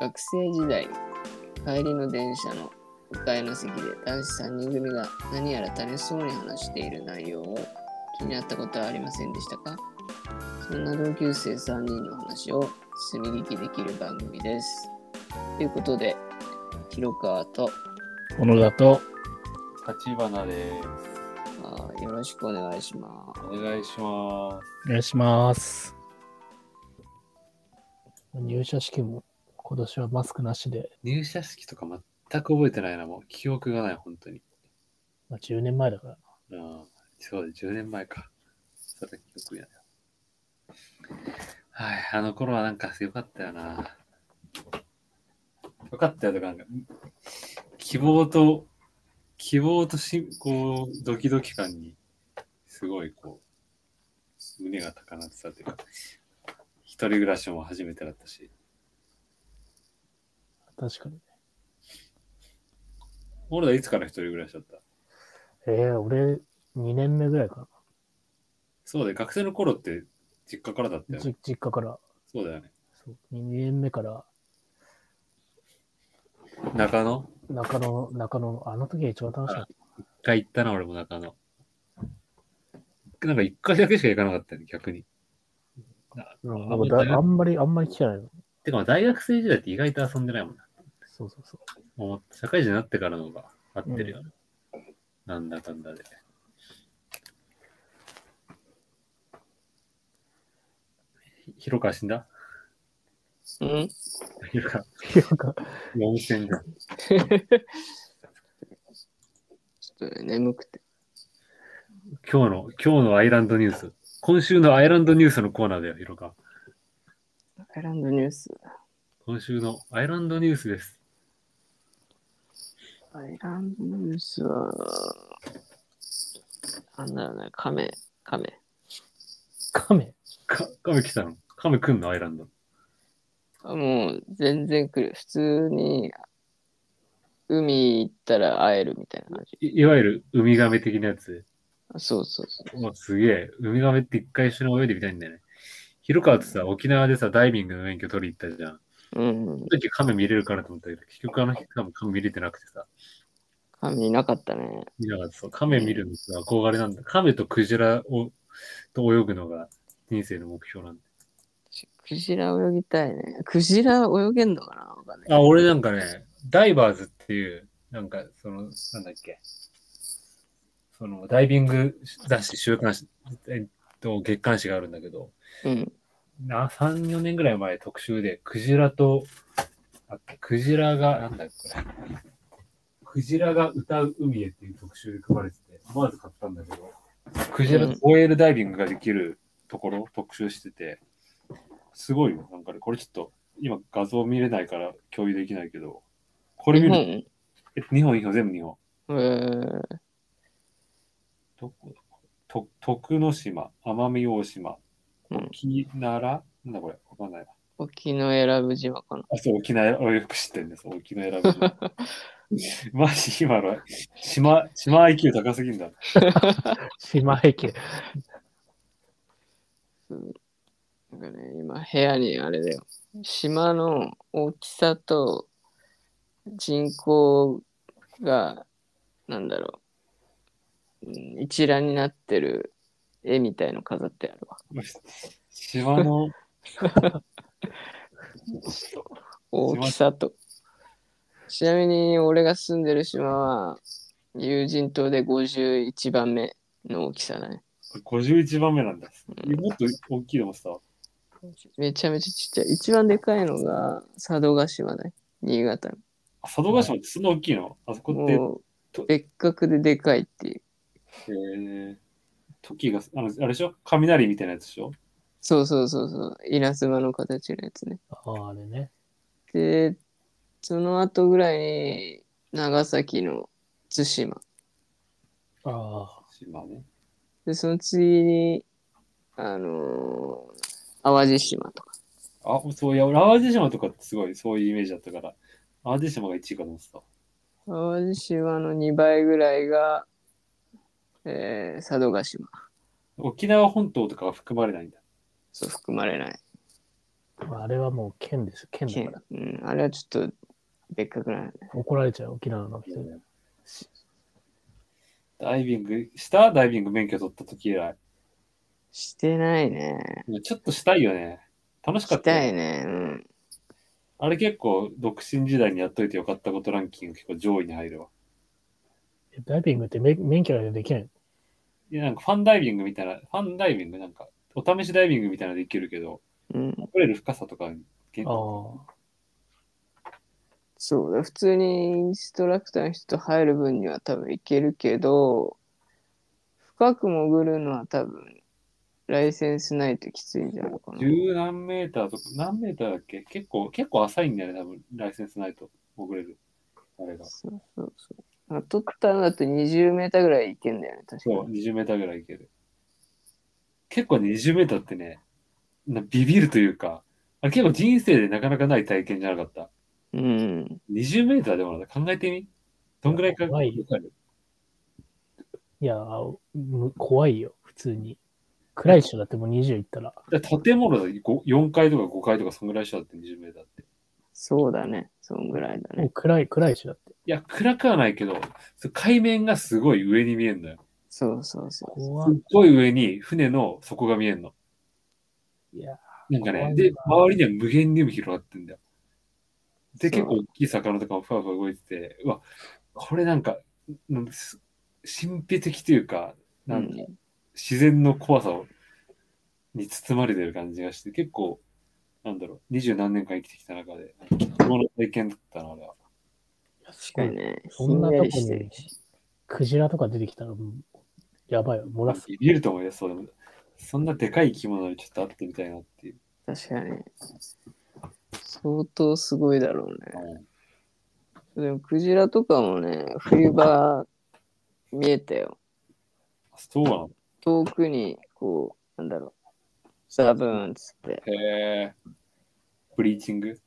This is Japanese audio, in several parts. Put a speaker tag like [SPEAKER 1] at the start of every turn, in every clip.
[SPEAKER 1] 学生時代、帰りの電車の向かいの席で男子3人組が何やら楽しそうに話している内容を気になったことはありませんでしたかそんな同級生3人の話を進み聞きできる番組です。ということで、広川と
[SPEAKER 2] 小野だと、
[SPEAKER 3] 立花です。
[SPEAKER 1] あーよろしくお願いしま
[SPEAKER 3] お願いしま。、
[SPEAKER 2] お願いします。入社式も今年はマスクなしです
[SPEAKER 3] 入社式とか全く覚えてないな、もう記憶がない、本当に。
[SPEAKER 2] まあ、10年前だから、
[SPEAKER 3] うん、そうだ、10年前か。それ記憶やなはい、あの頃はなんか良かったよな。良かったよとか、なんか、希望と、希望とし、こう、ドキドキ感に、すごいこう、胸が高鳴ってたというか、一人暮らしも初めてだったし、
[SPEAKER 2] 確かに。
[SPEAKER 3] 俺らいつから一人暮らしだった
[SPEAKER 2] えー、俺、2年目ぐらいか
[SPEAKER 3] そうだよ、学生の頃って実家からだった
[SPEAKER 2] な。
[SPEAKER 3] よ
[SPEAKER 2] じ
[SPEAKER 3] ね。
[SPEAKER 2] 実家から。
[SPEAKER 3] そうだよね。
[SPEAKER 2] そう2年目から
[SPEAKER 3] 中野
[SPEAKER 2] 中野、中野、あの時が一番楽しかっ
[SPEAKER 3] 一回行ったな、俺も中野。なんか一回だけしか行かなかったよね、逆に。
[SPEAKER 2] た。うん、なんかだあんまり、あんまり来てないの。
[SPEAKER 3] てかまあ、大学生時代って意外と遊んでないもんな。
[SPEAKER 2] そうそうそう。
[SPEAKER 3] もう社会人になってからの方が合ってるよね。なんだかんだで。ひ広川死んだ
[SPEAKER 1] す。 うん
[SPEAKER 3] 広川。
[SPEAKER 2] 広川、
[SPEAKER 3] 温泉だ。
[SPEAKER 1] ちょっとね、眠くて。
[SPEAKER 3] 今日の、今日のアイランドニュース。今週のアイランドニュースのコーナーだよ、広川。
[SPEAKER 1] アイランドニュース。
[SPEAKER 3] 今週のアイランドニュースです。
[SPEAKER 1] アイランドニュースは、なんだろうね、亀、亀。
[SPEAKER 2] 亀。
[SPEAKER 3] か、亀来たの亀くんのアイランド。
[SPEAKER 1] あもう全然来る。普通に海行ったら会えるみたいな感じ。
[SPEAKER 3] いいわゆるウミガメ的なやつ。
[SPEAKER 1] あそうそうそう。
[SPEAKER 3] もうすげえ。ウミガメって一回一緒に泳いでみたいんだよね。広川ってさ、沖縄でさ、ダイビングの免許取り行ったじゃん。
[SPEAKER 1] うん
[SPEAKER 3] その。時亀見れるかなと思ったけど、結局あの日多分亀見れてなくてさ。
[SPEAKER 1] 亀いなかったね。
[SPEAKER 3] 見なかった。そう亀見るのさ、憧れなんだ。亀とクジラを、と泳ぐのが人生の目標なんだ。
[SPEAKER 1] クジラ泳ぎたいね。クジラ泳げんのかなわかんない
[SPEAKER 3] あ、俺なんかね、ダイバーズっていう、なんか、その、なんだっけ、その、ダイビング雑誌、週刊誌、えっと、月刊誌があるんだけど、
[SPEAKER 1] うん。
[SPEAKER 3] な3、4年ぐらい前特集で、クジラと、あクジラが、なんだっけ、これクジラが歌う海へっていう特集で組まれてて、思わず買ったんだけど、クジラと OL ダイビングができるところ、特集してて、すごいよ。なんかね、これちょっと、今画像見れないから共有できないけど、これ見
[SPEAKER 1] 日
[SPEAKER 3] る
[SPEAKER 1] 本
[SPEAKER 3] と、え日本、日本、全部日本。
[SPEAKER 1] えー、
[SPEAKER 3] どこと徳之島、奄美大島、
[SPEAKER 1] うん
[SPEAKER 3] 沖縄、なんだこれ、わかんないな。
[SPEAKER 1] 沖永良部島かな。
[SPEAKER 3] あ、そう、沖縄、俺よく知ってるんです。沖縄選 ぶ。マジ、今の、島、島 IQ 高すぎんだ。
[SPEAKER 2] 島駅。
[SPEAKER 1] なんかね、今部屋にあれだよ。島の大きさと人口が、なんだろう、うん一覧になってる絵みたいの飾ってあるわ。
[SPEAKER 3] 島の、
[SPEAKER 1] 大きさと。ちなみに俺が住んでる島は、有人島で51番目の大きさだね。
[SPEAKER 3] 51番目なんだ。もっと大きいのもさ、
[SPEAKER 1] めちゃめちゃちっちゃい。一番でかいのが佐渡島だね。新潟の。
[SPEAKER 3] あ佐渡島ってそんな大きいのあそこって、
[SPEAKER 1] もう別格ででかいっていう。
[SPEAKER 3] えー、時が、あの、あれでしょ雷みたいなやつでしょ
[SPEAKER 1] そうそうそうそう。稲妻の形のやつね。
[SPEAKER 2] ああ、あれね。
[SPEAKER 1] で、その後ぐらいに長崎の対馬。
[SPEAKER 2] あ
[SPEAKER 3] 島ね。
[SPEAKER 1] で、その次に、あのー淡路島とか。
[SPEAKER 3] あ、そういや、俺、淡路島とかってすごい、そういうイメージだったから、淡路島が1位かと思ってた。
[SPEAKER 1] 淡路島の2倍ぐらいが、えー、佐渡島。
[SPEAKER 3] 沖縄本島とかは含まれないんだ。
[SPEAKER 1] そう、含まれない。
[SPEAKER 2] あれはもう県ですよ、県だ
[SPEAKER 1] 県
[SPEAKER 2] から。
[SPEAKER 1] うん、あれはちょっと別格なんだね。
[SPEAKER 2] 怒られちゃう、沖縄の人に。
[SPEAKER 3] ダイビング、したダイビング免許取った時以来。
[SPEAKER 1] してないね。
[SPEAKER 3] ちょっとしたいよね。楽しか
[SPEAKER 1] し
[SPEAKER 3] ったよね。
[SPEAKER 1] たいね。うん。
[SPEAKER 3] あれ結構、独身時代にやっといてよかったことランキング結構上位に入るわ。
[SPEAKER 2] えダイビングって免免許ができないの
[SPEAKER 3] いや、なんかファンダイビングみたいな、ファンダイビングなんか、お試しダイビングみたいなのできるけど、
[SPEAKER 1] うん、
[SPEAKER 3] 取れる深さとかに限
[SPEAKER 2] あ
[SPEAKER 1] そうだ。普通にインストラクターの人と入る分には多分いけるけど、深く潜るのは多分、ライセンスないときついんじゃないかな。
[SPEAKER 3] 十何メーターとか、何メーターだっけ結構、結構浅いんだよね、多分、ライセンスないと潜れる。あれが。
[SPEAKER 1] そうそうそう。まあ、取ったのだと20メーターぐらいいけんだよね、確か
[SPEAKER 3] そう、
[SPEAKER 1] に。
[SPEAKER 3] 20メーターぐらいいける。結構ね、20メーターってね、なビビるというか、あれ結構人生でなかなかない体験じゃなかった。
[SPEAKER 1] うん。
[SPEAKER 3] 20メーターでもなんだ考えてみどんぐらいか
[SPEAKER 2] 怖いよ
[SPEAKER 3] かる
[SPEAKER 2] いやむ怖いよ、普通に。暗い人だってもう20行ったら。
[SPEAKER 3] だから建物だとご4階とか5階とかそんぐらいしちゃって20メーターって。
[SPEAKER 1] そうだね。そんぐらいだ
[SPEAKER 2] もう
[SPEAKER 1] ね。
[SPEAKER 2] 暗い、暗い人だって。
[SPEAKER 3] いや、暗くはないけど、そう海面がすごい上に見えるのよ。
[SPEAKER 1] そうそうそう。
[SPEAKER 2] 怖
[SPEAKER 3] すっ
[SPEAKER 2] い。
[SPEAKER 3] ごい上に船の底が見えるの。
[SPEAKER 2] いや、
[SPEAKER 3] なんか
[SPEAKER 2] 怖い
[SPEAKER 3] ね、
[SPEAKER 2] な
[SPEAKER 3] で、周りには無限に海広がってんだよ。
[SPEAKER 1] そ
[SPEAKER 3] で、
[SPEAKER 1] う
[SPEAKER 3] 結構大きい魚とかもふわふわ動いてて、うわ、これなんか、なんす神秘的というか、
[SPEAKER 1] う
[SPEAKER 3] なんか
[SPEAKER 1] ん、
[SPEAKER 3] 自然の怖さをに包まれてる感じがして、結構、なんだろう、二十何年間生きてきた中で、貴重な体験だったな、あれは。
[SPEAKER 1] 確かにね。
[SPEAKER 2] そ
[SPEAKER 1] ひ
[SPEAKER 2] ん
[SPEAKER 1] ん
[SPEAKER 2] なと
[SPEAKER 1] や
[SPEAKER 2] こ
[SPEAKER 1] りして
[SPEAKER 2] に
[SPEAKER 1] るし。
[SPEAKER 2] クジラとか出てきたら、もうやばいよ、漏らす。
[SPEAKER 3] ビビると思います、そうでも。そんなでかい生き物にちょっと会ってみたいなっていう。
[SPEAKER 1] 確かに。相当すごいだろうね。でも、クジラとかもね、冬場、見えたよ。
[SPEAKER 3] そうなの
[SPEAKER 1] 遠くに、こう、なんだろう。サブーンっつって。
[SPEAKER 3] へえ。ブリーチング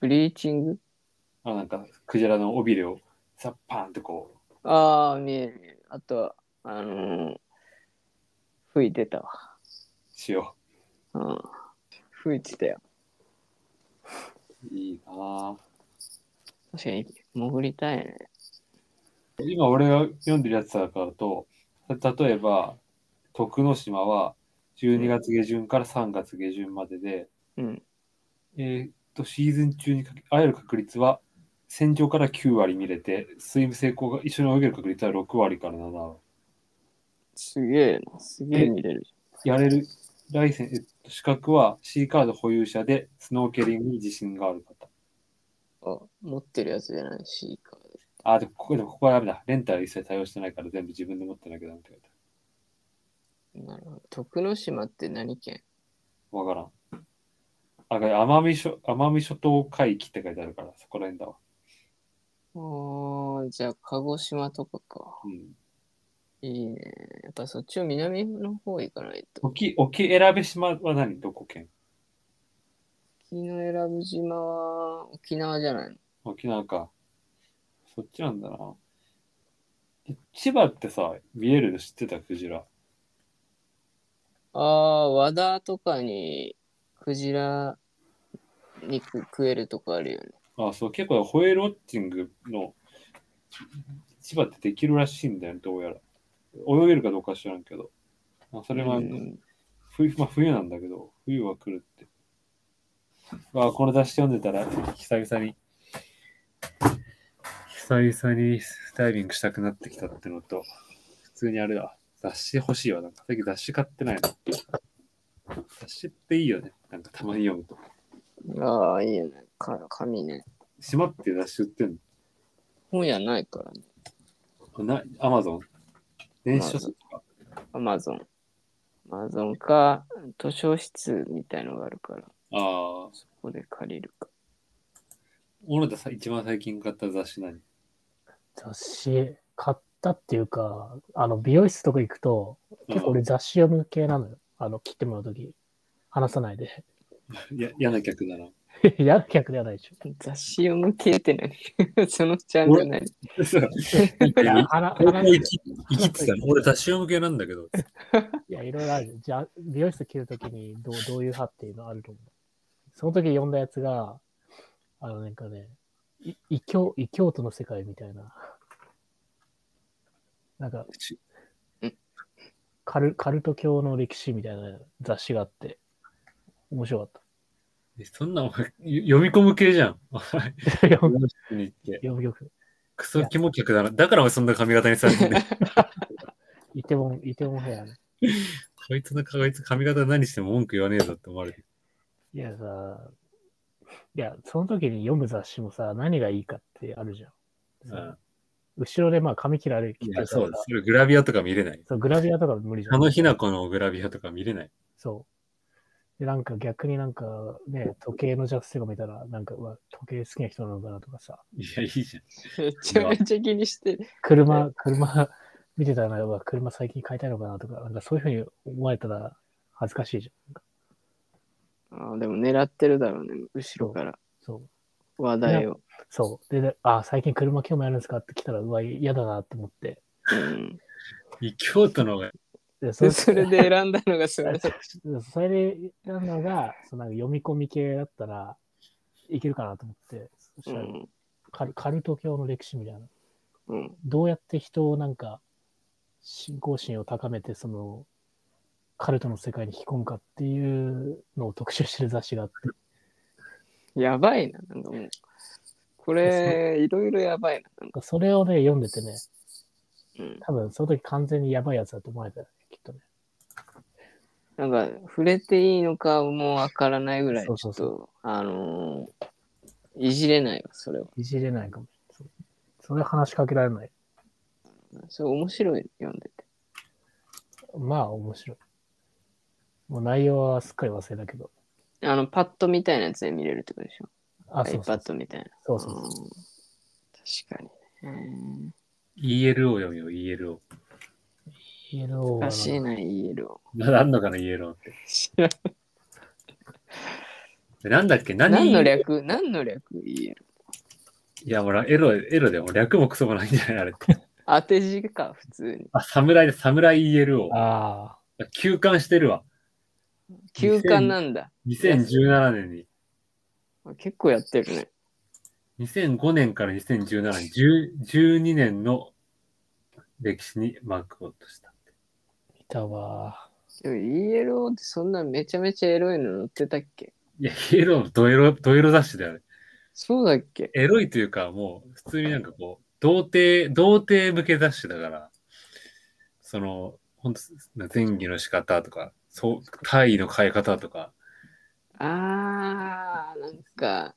[SPEAKER 1] ブリーチング
[SPEAKER 3] あ、なんか、クジラの尾びれをさっパーンってこう。
[SPEAKER 1] ああ、見える見える。あとは、あのー吹いてたわ。
[SPEAKER 3] しよ
[SPEAKER 1] うん。吹いてたよ。
[SPEAKER 3] う。いいなぁ。
[SPEAKER 1] 確かに、潜りたいね。
[SPEAKER 3] 今俺が読んでるやつだからと、例えば、徳之島は12月下旬から3月下旬までで、
[SPEAKER 1] うん。
[SPEAKER 3] えーっと、シーズン中にかけ会える確率は、船上から9割見れて、スイム成功が一緒に泳げる確率は6割から7割。
[SPEAKER 1] すげえな。すげえ見れるじ
[SPEAKER 3] やれるライセン、えっと、資格は C カード保有者でスノーケリングに自信がある方。
[SPEAKER 1] ゃん。 あ、持ってるやつじゃないし、カード。
[SPEAKER 3] あ、でもここでもここはダメだ。レンタル一切対応してないから全部自分で持ってなきゃダメって書いてあ
[SPEAKER 1] なるほど。徳之島って何県
[SPEAKER 3] る。わからん。あ、これ奄美諸奄美諸島海域って書いてあるから、そこら辺だわ。
[SPEAKER 1] あーじゃあ鹿児島とかか。
[SPEAKER 3] うん。
[SPEAKER 1] いいね。やっぱそっちを南の方行かないと。
[SPEAKER 3] 沖、沖選べ島は何どこ県
[SPEAKER 1] 沖永良部島は沖縄じゃないの
[SPEAKER 3] 沖縄か。そっちなんだな。え千葉ってさ、見えるの知ってたクジラ。
[SPEAKER 1] ああ、和田とかにクジラ肉食えるとこあるよね。
[SPEAKER 3] あ、そう、結構ホエールウォッチングの千葉ってできるらしいんだよね、どうやら。泳げるかどうかは知らんけど。まあ、それは、
[SPEAKER 1] うん
[SPEAKER 3] 冬まあ、冬なんだけど、冬は来るって。あ、この雑誌読んでたら、久々に、久々にダイビングしたくなってきたってのと、普通にあれだ、雑誌欲しいわ。なんか最近雑誌買ってないの。雑誌っていいよね。なんかたまに読むと。
[SPEAKER 1] ああ、いいよね。か紙ね。
[SPEAKER 3] 島っていう雑誌売ってんの
[SPEAKER 1] 本屋ないからね。
[SPEAKER 3] な、アマゾン。電子書籍か。
[SPEAKER 1] アマゾン。アマゾンか、図書室みたいのがあるから、
[SPEAKER 3] ああ。
[SPEAKER 1] そこで借りるか。
[SPEAKER 3] 小野田さん、一番最近買った雑誌何
[SPEAKER 2] 雑誌、買ったっていうか、あの、美容室とか行くと、結構俺雑誌読む系なのよ。あの、切ってもらうとき。話さないで。
[SPEAKER 3] うんや嫌な客だな。
[SPEAKER 2] 嫌な客ではないでしょ。
[SPEAKER 1] 雑誌読む系って何 そのジャンル何
[SPEAKER 3] そう。
[SPEAKER 2] いや、話話
[SPEAKER 3] 生き生きてたの俺、雑誌向けなんだけど。
[SPEAKER 2] いやいろいろある。じゃあ、美容室切るときにどうどういう派っていうのあると思う。その時読んだやつが、あのなんかね、い異教、異教徒の世界みたいな。なんか
[SPEAKER 3] し、
[SPEAKER 2] カル、カルト教の歴史みたいな雑誌があって、面白かっ
[SPEAKER 3] えそんなお前、よ読み込む系じゃん。
[SPEAKER 2] た。 読む
[SPEAKER 3] に行って
[SPEAKER 2] 読むよく。
[SPEAKER 3] クソキモ客だな。だからお前そんな髪型にされてんだよ
[SPEAKER 2] イテモン、イテモンヘアね。
[SPEAKER 3] こいつのこいつ髪型何しても文句言わねえぞって思われてる。
[SPEAKER 2] いやさ、いや、その時に読む雑誌もさ、何がいいかってあるじゃん。
[SPEAKER 3] うん
[SPEAKER 2] 後ろでまあ髪切られる切
[SPEAKER 3] い
[SPEAKER 2] って
[SPEAKER 3] や、
[SPEAKER 2] るから
[SPEAKER 3] そ
[SPEAKER 2] さ
[SPEAKER 3] うです。それグラビアとか見れない。
[SPEAKER 2] そうグラビアとか無理じゃ
[SPEAKER 3] あ
[SPEAKER 2] ん。
[SPEAKER 3] のひなこのグラビアとか見れない。
[SPEAKER 2] そう。で、なんか逆になんかね、時計のジャスティが見たら、なんか、うわ、時計好きな人なのかなとかさ、
[SPEAKER 3] いや、いいじゃん。
[SPEAKER 1] めちゃめちゃ気にしてる。
[SPEAKER 2] 車、車 見てたら、うわ、車最近買いたいのかなとか、なんかそういうふうに思われたら恥ずかしいじゃ
[SPEAKER 1] あ
[SPEAKER 2] ん。
[SPEAKER 1] ーでも狙ってるだろうね、後ろから
[SPEAKER 2] そう。
[SPEAKER 1] 話題を。
[SPEAKER 2] そう。で、であ、最近車興味あるんですかって来たら、うわ、嫌だなって思って。
[SPEAKER 1] うん
[SPEAKER 3] 異教徒の方が
[SPEAKER 2] で、
[SPEAKER 1] で
[SPEAKER 2] それ
[SPEAKER 1] それで選んだのが それだ。
[SPEAKER 2] それで選んだのが、そのなんか読み込み系だったらいけるかなと思って、そし
[SPEAKER 1] う
[SPEAKER 2] たら
[SPEAKER 1] ん
[SPEAKER 2] カルカルト教の歴史みたいな。
[SPEAKER 1] うん
[SPEAKER 2] どうやって人をなんか、信仰心を高めて、その、カルトの世界に引き込むかっていうのを特集してる雑誌があって、
[SPEAKER 1] やばいな、なんかもう。これ、いろいろやばいな。なんか
[SPEAKER 2] それをね、読んでてね、
[SPEAKER 1] うん
[SPEAKER 2] 多分その時完全にやばいやつだと思われたよね、きっとね。
[SPEAKER 1] なんか触れていいのかもうわからないぐらい、ちょっと、
[SPEAKER 2] そうそう
[SPEAKER 1] あのーいじれないわ、それは。
[SPEAKER 2] いじれないかも。そうそれ話しかけられない。
[SPEAKER 1] それ面白い、読んでて。
[SPEAKER 2] まあ、面白い。もう内容はすっかり忘れたけど。
[SPEAKER 1] あの、パッドみたいなやつで見れるってことでしょ。
[SPEAKER 2] あ、そうそう
[SPEAKER 1] iPad みたいな。
[SPEAKER 2] そうそうそう
[SPEAKER 1] うん確かにね。
[SPEAKER 3] ELO 読みよ、ELO。
[SPEAKER 2] イエロー
[SPEAKER 1] お
[SPEAKER 2] は
[SPEAKER 1] かしいな、EL
[SPEAKER 3] まだあんのかな、ELO って。
[SPEAKER 1] 知 らん
[SPEAKER 3] でなんだっけ何
[SPEAKER 1] 何の略何の略 ?EL。
[SPEAKER 3] いや、ほら、エロ、エロでも略もクソもないんじゃないあれって。
[SPEAKER 1] 当て字か、普通に。
[SPEAKER 3] あ、侍で、侍 ELO。
[SPEAKER 2] あ
[SPEAKER 3] 休館してるわ。
[SPEAKER 1] 休館なんだ。
[SPEAKER 3] 2017年に。
[SPEAKER 1] 結構やってるね。
[SPEAKER 3] 2005年から2017年、10 12年の歴史に幕を落とした。
[SPEAKER 2] あ、いたわ。
[SPEAKER 1] でも ELO ってそんなめちゃめちゃエロいの載ってたっけ
[SPEAKER 3] いや、エロのドエロ、ドエロ雑誌だよね。
[SPEAKER 1] そうだっけ
[SPEAKER 3] エロいというか、もう、普通になんかこう、童貞、童貞向け雑誌だから、その、本当前儀の仕方とか、そう、体位の変え方とか、
[SPEAKER 1] あー、なんか、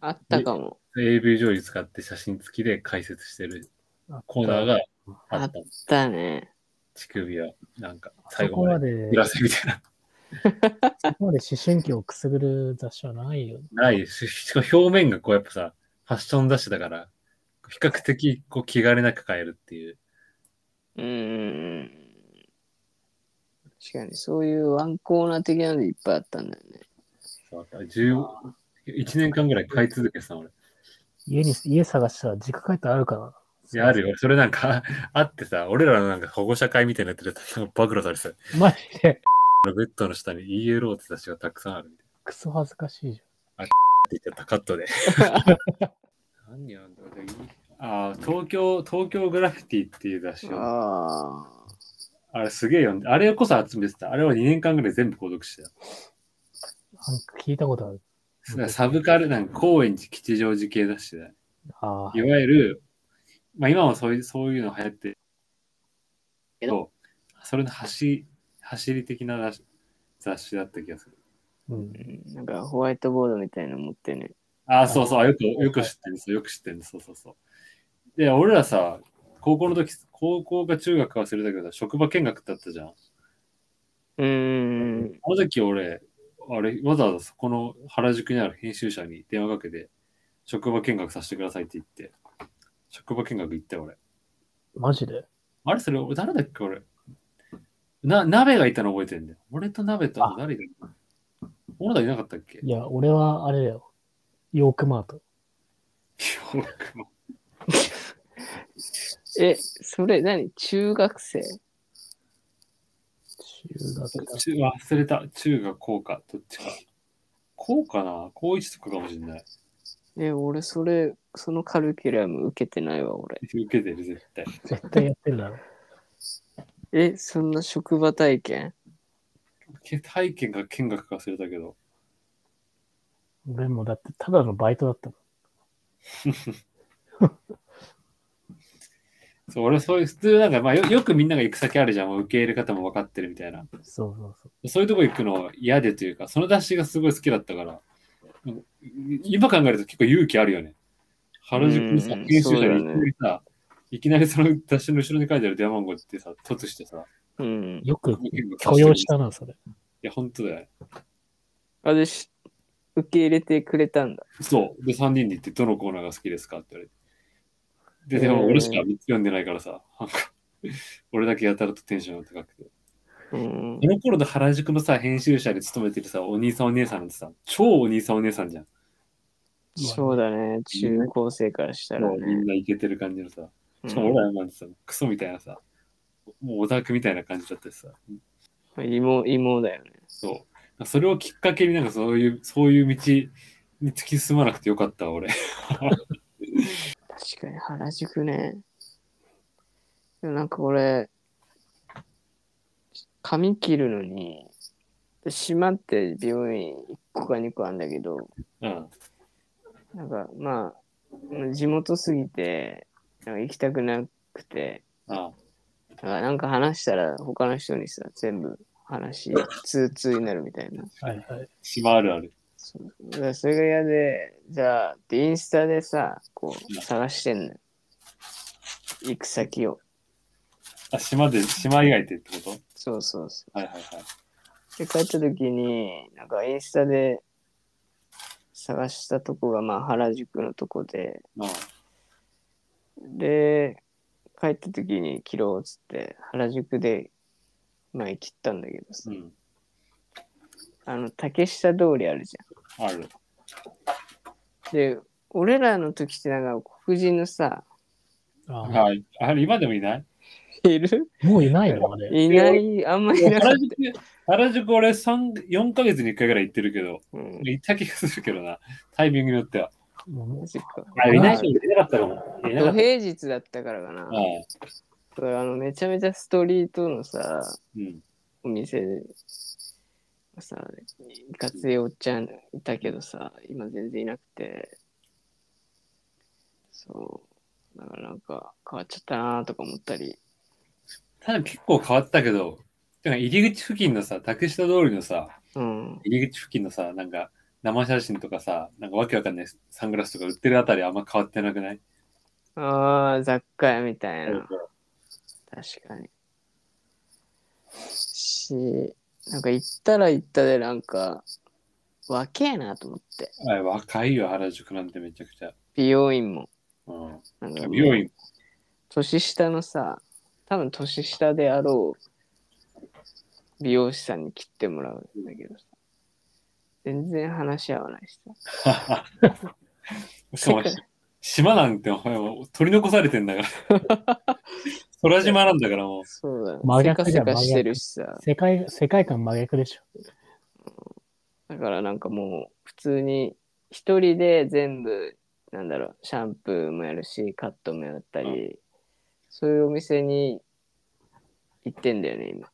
[SPEAKER 1] あったかも。
[SPEAKER 3] AV 上位使って写真付きで解説してるコーナーがあった。
[SPEAKER 1] だね。
[SPEAKER 3] 乳首は、なんか、
[SPEAKER 2] そ
[SPEAKER 3] 最後
[SPEAKER 2] こま
[SPEAKER 3] まで、
[SPEAKER 2] で
[SPEAKER 3] 揺、らせみたいな。
[SPEAKER 2] そこまで思春期をくすぐる雑誌はないよね。
[SPEAKER 3] ないです。 しかも表面がこう、やっぱさ、ファッション雑誌だから、比較的、こう、気兼ねなく買えるっていう。
[SPEAKER 1] うーん。確かに、そういうワンコーナー的なのいっぱいあったんだよね。
[SPEAKER 3] そう10 1年間ぐらい買い続けてた、俺。
[SPEAKER 2] 家に、家探したら実家帰ったらあるか な。
[SPEAKER 3] いや、あるよ。それなんか、 あってさ、俺らのなんか保護者会みたいになってるやつなんか暴露されてた。
[SPEAKER 2] マジで、
[SPEAKER 3] ベッドの下に ELO って雑誌がたくさんあるみたい
[SPEAKER 2] クソ恥ずかしいじ
[SPEAKER 3] な。って言ってたカットで。何やんだろうああ、東京、東京グラフィティっていう雑誌を。
[SPEAKER 1] ああ。
[SPEAKER 3] あれすげえよ。あれこそ集めてた。あれは2年間ぐらい全部購読してた。
[SPEAKER 2] ゃん。なんか聞いたことある。
[SPEAKER 3] サブカルなんか高円寺吉祥寺系雑誌だよ。
[SPEAKER 2] ああ
[SPEAKER 3] い、わゆる、まあ今もそういう、そういうの流行ってるけど、それの走走り的な雑誌雑誌だった気がする。
[SPEAKER 2] うん。
[SPEAKER 1] うんなんかホワイトボードみたいなの持ってね。
[SPEAKER 3] ああ、そうそう、よく、よく知ってるんですよ。よく知ってるんです。そうそうそう。で、俺らさ、高校の時、高校か中学か忘れたけど、職場見学だったじゃん。
[SPEAKER 1] うーん。
[SPEAKER 3] あの時俺、あれ、わざわざそこの原宿にある編集者に電話かけて、職場見学させてくださいって言って、職場見学行ったよ、俺。
[SPEAKER 2] マジで。
[SPEAKER 3] あれ、それ、俺誰だっけ、俺。な、鍋がいたの覚えてんだよ。俺と鍋と
[SPEAKER 2] あ
[SPEAKER 3] 誰だっけ俺らいなかったっけ
[SPEAKER 2] いや、俺はあれだよ。ヨークマート。
[SPEAKER 3] 記憶も
[SPEAKER 1] え、それ何中学生
[SPEAKER 2] 中学だ。
[SPEAKER 3] ち忘れた。中学、高か、どっちか。こうかな高一とかかもしれない。
[SPEAKER 1] え、俺、それ、そのカルキュラム受けてないわ、俺。
[SPEAKER 3] 受けてる、絶対。
[SPEAKER 2] 絶対やってるだろ う。
[SPEAKER 1] え、そんな職場体験
[SPEAKER 3] け体験か見学か忘れたけど。
[SPEAKER 2] 俺もだってただのバイトだったもん。
[SPEAKER 3] そう、俺そういう、普通なんか、まあよ、よくみんなが行く先あるじゃん。もう受け入れ方も分かってるみたいな。
[SPEAKER 2] そうそうそう。
[SPEAKER 3] そういうとこ行くの嫌でというか、その出しがすごい好きだったから、うん今考えると結構勇気あるよね。原宿のさ
[SPEAKER 1] うん、
[SPEAKER 3] 研修
[SPEAKER 1] そうだ
[SPEAKER 3] 者
[SPEAKER 1] よ
[SPEAKER 3] に
[SPEAKER 1] ね
[SPEAKER 3] いきなりさ、いきなりその出しの後ろに書いてある電話番号ってさ、突してさ、
[SPEAKER 1] うん。
[SPEAKER 2] よく
[SPEAKER 3] 結構
[SPEAKER 2] 許容したな、それ。
[SPEAKER 3] いや、本当だよ。
[SPEAKER 1] あれし、受け入れてくれたんだ。
[SPEAKER 3] そう。で、3人で行って、どのコーナーが好きですかって言われて。で、で
[SPEAKER 1] え
[SPEAKER 3] も
[SPEAKER 1] ー
[SPEAKER 3] 俺しか3つ読んでないからさ、なんか、俺だけやたらとテンションが高くて。
[SPEAKER 1] うん
[SPEAKER 3] こ。の頃の原宿のさ、編集者で勤めてるさ、お兄さんお姉さんなんてさ、超お兄さんお姉さんじゃん。
[SPEAKER 1] そうだね。中高生からしたら
[SPEAKER 3] もうみ
[SPEAKER 1] ね
[SPEAKER 3] ん。なイケてる感じのさ、
[SPEAKER 1] うん
[SPEAKER 3] しかも俺らなんてさ、クソみたいなさ、もうオタクみたいな感じだったしさ、
[SPEAKER 1] 芋、芋だよね。
[SPEAKER 3] そう。それをきっかけになんかそういう、そういう道に突き進まなくてよかったわ、俺。
[SPEAKER 1] 確かに原宿ね。でもなんか俺、髪切るのに、島って美容院1個か2個あるんだけど、
[SPEAKER 3] うん。
[SPEAKER 1] なんかまあ、地元すぎて、なんか行きたくなくて、
[SPEAKER 3] あ
[SPEAKER 1] だからなんか話したら他の人にさ、全部話、通通になるみたいな。
[SPEAKER 2] はいはい。
[SPEAKER 3] 島あるある。
[SPEAKER 1] そうだからそれが嫌で、じゃあ、でインスタでさ、こう、探してんのよ。行く先を。
[SPEAKER 3] あ、島で、島以外でってこと
[SPEAKER 1] そうそうそ
[SPEAKER 3] はいはいはい。
[SPEAKER 1] う。で、帰った時に、なんかインスタで探したとこが、まあ、原宿のとこで、
[SPEAKER 3] まあ、
[SPEAKER 1] で、帰った時に切ろうっつって、原宿で、まあ、切ったんだけど
[SPEAKER 3] う
[SPEAKER 1] さ、
[SPEAKER 3] ん。
[SPEAKER 1] あの、竹下通りあるじ
[SPEAKER 3] ある。
[SPEAKER 1] ゃん。で、俺らの時ってなんか黒人のさ、
[SPEAKER 2] あ
[SPEAKER 3] はい。あれ、今でもいない
[SPEAKER 1] いる
[SPEAKER 2] あもういないのあれ。
[SPEAKER 1] いない、あんまりいなかっ
[SPEAKER 3] 原宿、原宿俺三4ヶ月に1回ぐらい行ってるけど、
[SPEAKER 1] た。うん、
[SPEAKER 3] 行った気がするけどな。タイミングによっては。
[SPEAKER 2] も
[SPEAKER 1] マジか。
[SPEAKER 3] あ、いない人
[SPEAKER 1] 土
[SPEAKER 3] いなかったかも。いなかった。
[SPEAKER 1] 平日だったからかな。
[SPEAKER 3] ああ
[SPEAKER 1] だからあのめちゃめちゃストリートのさ、
[SPEAKER 3] うん。
[SPEAKER 1] お店でさ、いかついおっちゃんいたけどさ、今全然いなくて、そう、だからなんか変わっちゃったなとか思ったり、
[SPEAKER 3] ただ結構変わったけど、てか入り口付近のさ、竹下通りのさ、
[SPEAKER 1] うん、
[SPEAKER 3] 入り口付近のさ、なんか生写真とかさ、なんかわけわかんないサングラスとか売ってるあたりあんま変わってなくない
[SPEAKER 1] ああ、雑貨屋みたいな、確かに。し、なんか行ったら行ったでなんか、若えなと思って、
[SPEAKER 3] あ若いよ、原宿なんてめちゃくちゃ。
[SPEAKER 1] 美容院も。
[SPEAKER 3] うん。
[SPEAKER 1] なんか
[SPEAKER 3] 美容院。
[SPEAKER 1] 年下のさ多分年下であろう美容師さんに切ってもらうんだけどさ全然話し合わないしさ
[SPEAKER 3] しかも、島なんてお前もう取り残されてんだから。空島なんだからもう。
[SPEAKER 1] そうだね
[SPEAKER 2] 真
[SPEAKER 1] せか
[SPEAKER 2] 逆じ
[SPEAKER 1] せ
[SPEAKER 2] ゃん
[SPEAKER 1] かしてるしさ
[SPEAKER 2] う世界、世界観真逆でしょ。
[SPEAKER 1] だからなんかもう普通に一人で全部なんだろうシャンプーもやるしカットもやったり、
[SPEAKER 3] う
[SPEAKER 1] そういうお店に行ってんだよね今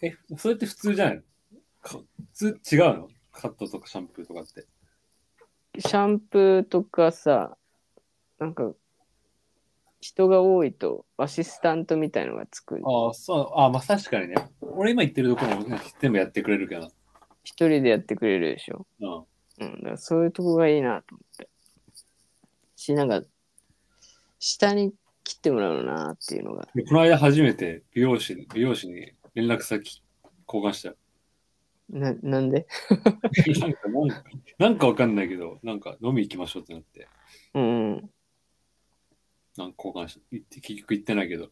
[SPEAKER 3] え、それって普通じゃないのか普通違うのカットとかシャンプーとかって。
[SPEAKER 1] シャンプーとかさ、なんか、人が多いとアシスタントみたいのがつく。
[SPEAKER 3] ああ、そう、ああ、まあ確かにね。俺今言ってるところも全部やってくれるけど
[SPEAKER 1] 一人でやってくれるでしょ。
[SPEAKER 3] な。うん。
[SPEAKER 1] うん、だからそういうとこがいいなと思って。し、なんか、下に切ってもらうのなっていうのが。
[SPEAKER 3] でこの間初めて美容師美容師に連絡先交換した よ。
[SPEAKER 1] な、なんで
[SPEAKER 3] なんかなんかなんかわかんないけど、なんか飲み行きましょうってなって、
[SPEAKER 1] うんうん。
[SPEAKER 3] なんか交換した。行って結局行ってないけど。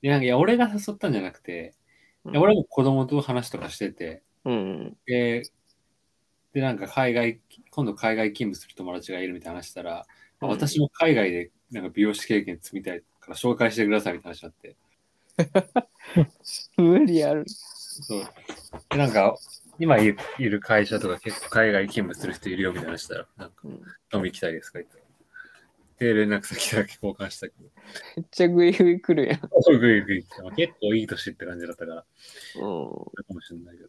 [SPEAKER 3] でなんかいや、俺が誘ったんじゃなくて、
[SPEAKER 1] うん
[SPEAKER 3] いや俺も子供と話とかしてて、
[SPEAKER 1] うん
[SPEAKER 3] で、で、なんか海外、今度海外勤務する友達がいるみたいな話したら、
[SPEAKER 1] うん
[SPEAKER 3] 私も海外でなんか美容師経験積みたいから紹介してくださいみたいな話になって、
[SPEAKER 1] うん。無理ある。
[SPEAKER 3] そう。で、なんか、今いいる会社とか結構海外勤務する人いるよみたいな話したら、なんか
[SPEAKER 1] うん
[SPEAKER 3] 飲み行きたいですか言ったら。で、連絡先だけ交換したけど、
[SPEAKER 1] めっちゃグイグイ来るやん。
[SPEAKER 3] ぐいぐい来てまあ結構いい年って感じだったから、
[SPEAKER 1] うん
[SPEAKER 3] かもしれないけど、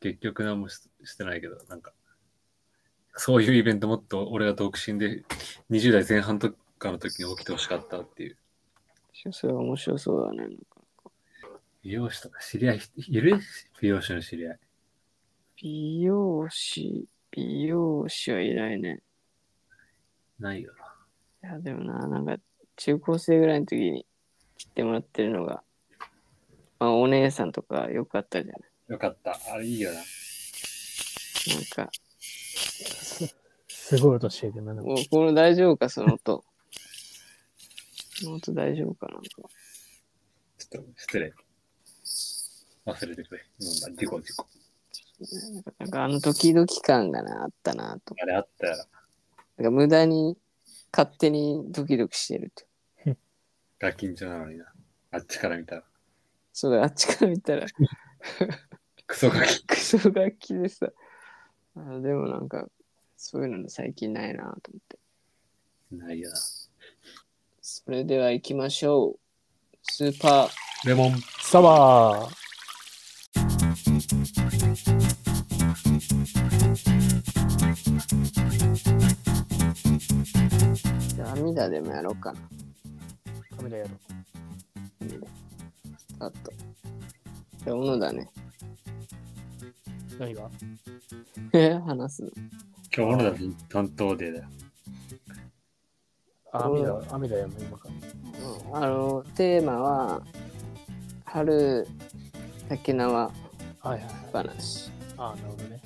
[SPEAKER 3] 結局何もししてないけど、なんか、そういうイベントもっと俺が独身で20代前半とかの時に起きてほしかったっていう。
[SPEAKER 1] それは面白そうだね。
[SPEAKER 3] 美容師とか知り合いいる美容師の知り合い。
[SPEAKER 1] 美容師、美容師はいないね。
[SPEAKER 3] ないよな。
[SPEAKER 1] いや、でもな、なんか、中高生ぐらいの時に切ってもらってるのが、まあ、お姉さんとかよかったじゃない。
[SPEAKER 3] よかった。あれいいよな。
[SPEAKER 1] なんか、
[SPEAKER 2] すごい音してるけど、なんか
[SPEAKER 1] もうこの大丈夫か、その音。この音大丈夫かなんか。
[SPEAKER 3] ちょっと失礼。忘れてくれ。うん、事故事故。
[SPEAKER 1] なんか、なんかあのドキドキ感がな、あったなと。
[SPEAKER 3] あれあったら、
[SPEAKER 1] なんか無駄に、勝手にドキドキしてるって。
[SPEAKER 3] ガキンチョなのにな。あっちから見たら。
[SPEAKER 1] そうだ、あっちから見たら、
[SPEAKER 3] クソガキ。
[SPEAKER 1] クソ楽器でさ。あでもなんか、そういうの最近ないなと思って。
[SPEAKER 3] ないよな。
[SPEAKER 1] それでは行きましょう。スーパー
[SPEAKER 3] レモン。
[SPEAKER 2] サバー
[SPEAKER 1] じゃあ、網田でもやろうかな。
[SPEAKER 2] カメラやろ
[SPEAKER 1] 網田あと。じゃあ、小野だね。
[SPEAKER 2] う。何が
[SPEAKER 1] え話すの。
[SPEAKER 3] 今日の担当デー だよ。
[SPEAKER 2] あ雨だ、雨だやんの、今から。
[SPEAKER 1] うんあの、テーマは、春、竹縄
[SPEAKER 2] はいはいはい。
[SPEAKER 1] 話。
[SPEAKER 2] あーなるほどね。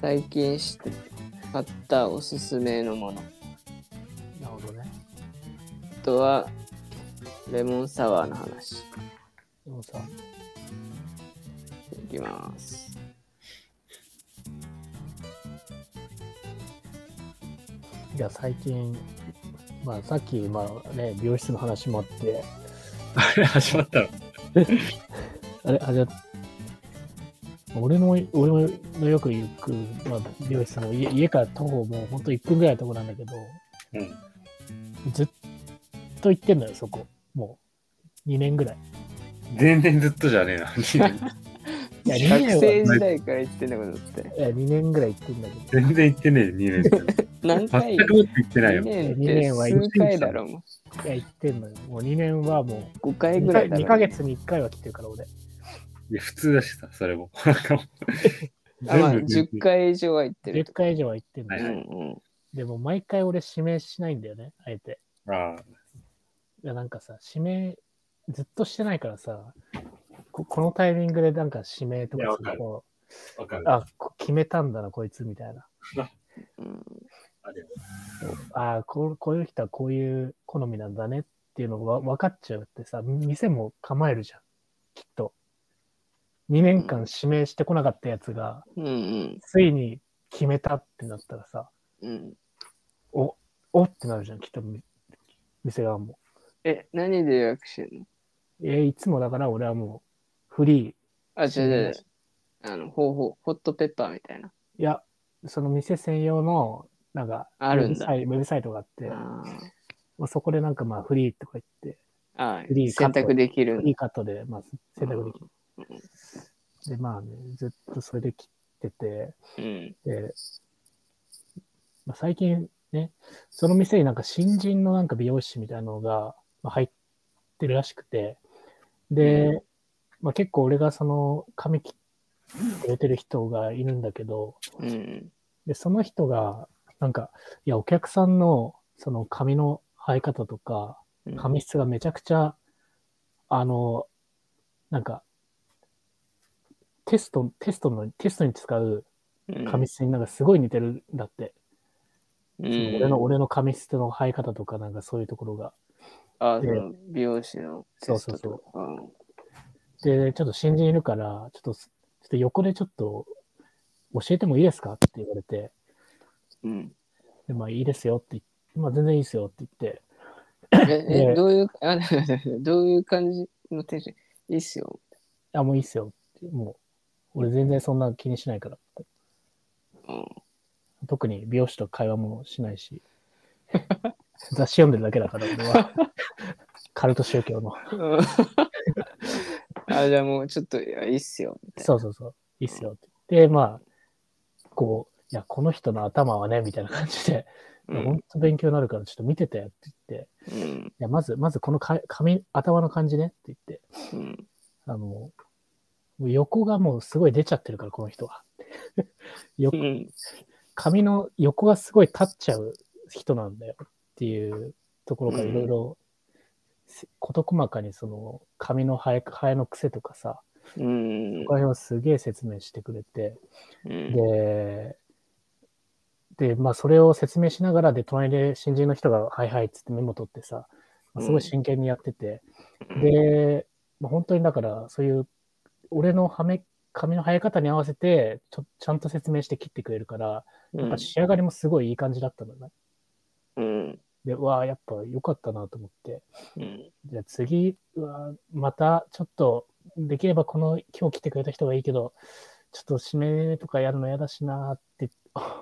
[SPEAKER 1] 最近知って買ったおすすめのもの。
[SPEAKER 2] なるほどね。
[SPEAKER 1] あとは、レモンサワーの話。
[SPEAKER 2] でもさ、
[SPEAKER 1] いきます。
[SPEAKER 2] じゃあ最近、まあさっき、まあね、美容室の話もあって、
[SPEAKER 3] あれ始まったの
[SPEAKER 2] あれ、あじゃ俺も、俺のよく行く、まあ、美容室の家家から徒歩もうほんと1分ぐらいのとこなんだけど、
[SPEAKER 3] うん。
[SPEAKER 2] ずっと行ってんのよ、そこ。もう、2年ぐらい。
[SPEAKER 3] 全然ずっとじゃねえ な。
[SPEAKER 2] いや、2
[SPEAKER 1] 学
[SPEAKER 2] 年は
[SPEAKER 1] 生時代から言ってんだことだって。
[SPEAKER 2] いや2年ぐらい行ってんだけど、
[SPEAKER 3] 全然行ってねえよ、2年間。
[SPEAKER 1] 何回
[SPEAKER 3] 全くもって行ってない
[SPEAKER 1] 2
[SPEAKER 3] よ。
[SPEAKER 1] 年っ
[SPEAKER 2] 二
[SPEAKER 1] て
[SPEAKER 2] 年は
[SPEAKER 1] 数回だろも
[SPEAKER 2] いや、行ってんのよ。もう2年はも
[SPEAKER 1] う5
[SPEAKER 2] う
[SPEAKER 1] 回
[SPEAKER 2] 2
[SPEAKER 1] ぐら
[SPEAKER 2] か、
[SPEAKER 1] いだろ
[SPEAKER 2] 2ヶ月に1回は来てるから、俺。
[SPEAKER 3] いや、普通だしさ、それも。 なんかもう
[SPEAKER 1] あ、まあ、
[SPEAKER 3] 全部全
[SPEAKER 1] 10
[SPEAKER 3] 然
[SPEAKER 1] 回以上は行ってる
[SPEAKER 2] 10回以上は行ってんの
[SPEAKER 1] う
[SPEAKER 2] よ。
[SPEAKER 1] ん
[SPEAKER 3] は
[SPEAKER 1] うん
[SPEAKER 2] でも、毎回俺指名しないんだよね、あえて。
[SPEAKER 3] ああ、
[SPEAKER 2] いや、なんかさ、指名、ずっとしてないからさ、ここのタイミングでなんか指名とか
[SPEAKER 3] いやわ
[SPEAKER 2] す
[SPEAKER 3] か
[SPEAKER 2] る
[SPEAKER 3] る
[SPEAKER 2] と、
[SPEAKER 3] わかる。
[SPEAKER 2] あ、こ決めたんだな、こいつ、みたいな。
[SPEAKER 1] うん
[SPEAKER 3] あれ
[SPEAKER 2] あこうこういう人はこういう好みなんだねっていうのが分かっちゃうってさ、店も構えるじゃん、きっと。2年間指名してこなかったやつが、
[SPEAKER 1] うんうん
[SPEAKER 2] ついに決めたってなったらさ、
[SPEAKER 1] うん
[SPEAKER 2] お、おってなるじゃん、きっと、み店側も。
[SPEAKER 1] え何で予約してんの
[SPEAKER 2] えいつもだから俺はもう、フリー、
[SPEAKER 1] あ違う違う違うあの方法ホットペッパーみたいない
[SPEAKER 2] や、その店専用の、なんか、
[SPEAKER 1] あるんだ
[SPEAKER 2] ウェブサイウェブサイトがあって、
[SPEAKER 1] あ
[SPEAKER 2] まあ、そこでなんかまあフリーとか言って、
[SPEAKER 1] ーあ
[SPEAKER 2] フリ
[SPEAKER 1] ー
[SPEAKER 2] ーカッ
[SPEAKER 1] 選
[SPEAKER 2] ト
[SPEAKER 1] 択できる
[SPEAKER 2] フ
[SPEAKER 1] ん
[SPEAKER 2] リ
[SPEAKER 1] だ
[SPEAKER 2] ーカットでまあ選択できる。で、まあね、ずっとそれで切ってて、
[SPEAKER 1] うん
[SPEAKER 2] で、まあ、最近ね、その店になんか新人のなんか美容師みたいなのがまあ入ってるらしくて、で、まあ、結構俺がその髪切ってくれてる人がいるんだけど、
[SPEAKER 1] うん
[SPEAKER 2] で、その人が、なんか、いや、お客さんの、その髪の生え方とか、
[SPEAKER 1] うん
[SPEAKER 2] 髪質がめちゃくちゃ、あの、なんか、テスト、テストの、テストに使う髪質になんかすごい似てるんだって。
[SPEAKER 1] う
[SPEAKER 2] その
[SPEAKER 1] ん
[SPEAKER 2] 俺の、俺の髪質の生え方とか、なんかそういうところが。
[SPEAKER 1] あーその美容師のテスト
[SPEAKER 2] そう
[SPEAKER 1] とか
[SPEAKER 2] で、ちょっと新人いるから、ちょっと、ちょっと横でちょっと、教えてもいいですかって言われて、
[SPEAKER 1] うん
[SPEAKER 2] で、まあいいですよって言って、まあ全然いいですよって言って、
[SPEAKER 1] ええ
[SPEAKER 2] で
[SPEAKER 1] どういうあ どういう感じのテンションいいっすよ
[SPEAKER 2] あ、もういいっすよって。もう、俺全然そんな気にしないからって。
[SPEAKER 1] うん
[SPEAKER 2] 特に美容師と会話もしないし。 雑誌読んでるだけだから、俺は。 カルト宗教の。
[SPEAKER 1] うんあ、じゃあもうちょっと、いや、いいっすよ、みたいな。
[SPEAKER 2] そうそうそう。いいっすよって。で、まあ、こう、いや、この人の頭はね、みたいな感じで、
[SPEAKER 1] う
[SPEAKER 2] ほん
[SPEAKER 1] ん。
[SPEAKER 2] と勉強になるから、ちょっと見ててって言って、
[SPEAKER 1] うん。
[SPEAKER 2] いや、まず、まずこのか髪、頭の感じねって言って、
[SPEAKER 1] うん。
[SPEAKER 2] あの、もう横がもうすごい出ちゃってるから、この人は。よ
[SPEAKER 1] うん
[SPEAKER 2] 髪の横がすごい立っちゃう人なんだよっていうところからいろいろ事細かにその髪の生え生えの癖とかさ、
[SPEAKER 1] うん
[SPEAKER 2] こ。の辺をすげえ説明してくれて、
[SPEAKER 1] うん
[SPEAKER 2] で、で、まあそれを説明しながらで、隣で新人の人がはいはいっつってメモ取ってさ、まあすごい真剣にやってて、で、まあ、本当にだからそういう俺のはめ髪の生え方に合わせてちょちゃんと説明して切ってくれるから、
[SPEAKER 1] う
[SPEAKER 2] やっ
[SPEAKER 1] ん
[SPEAKER 2] ぱ仕上がりもすごいいい感じだったんだね。
[SPEAKER 1] うん。
[SPEAKER 2] で、うわあ、やっぱ良かったなと思って。
[SPEAKER 1] うん。
[SPEAKER 2] じゃあ次は、またちょっと、できればこの、今日来てくれた人がいいけど、ちょっと指名とかやるの嫌だしなーって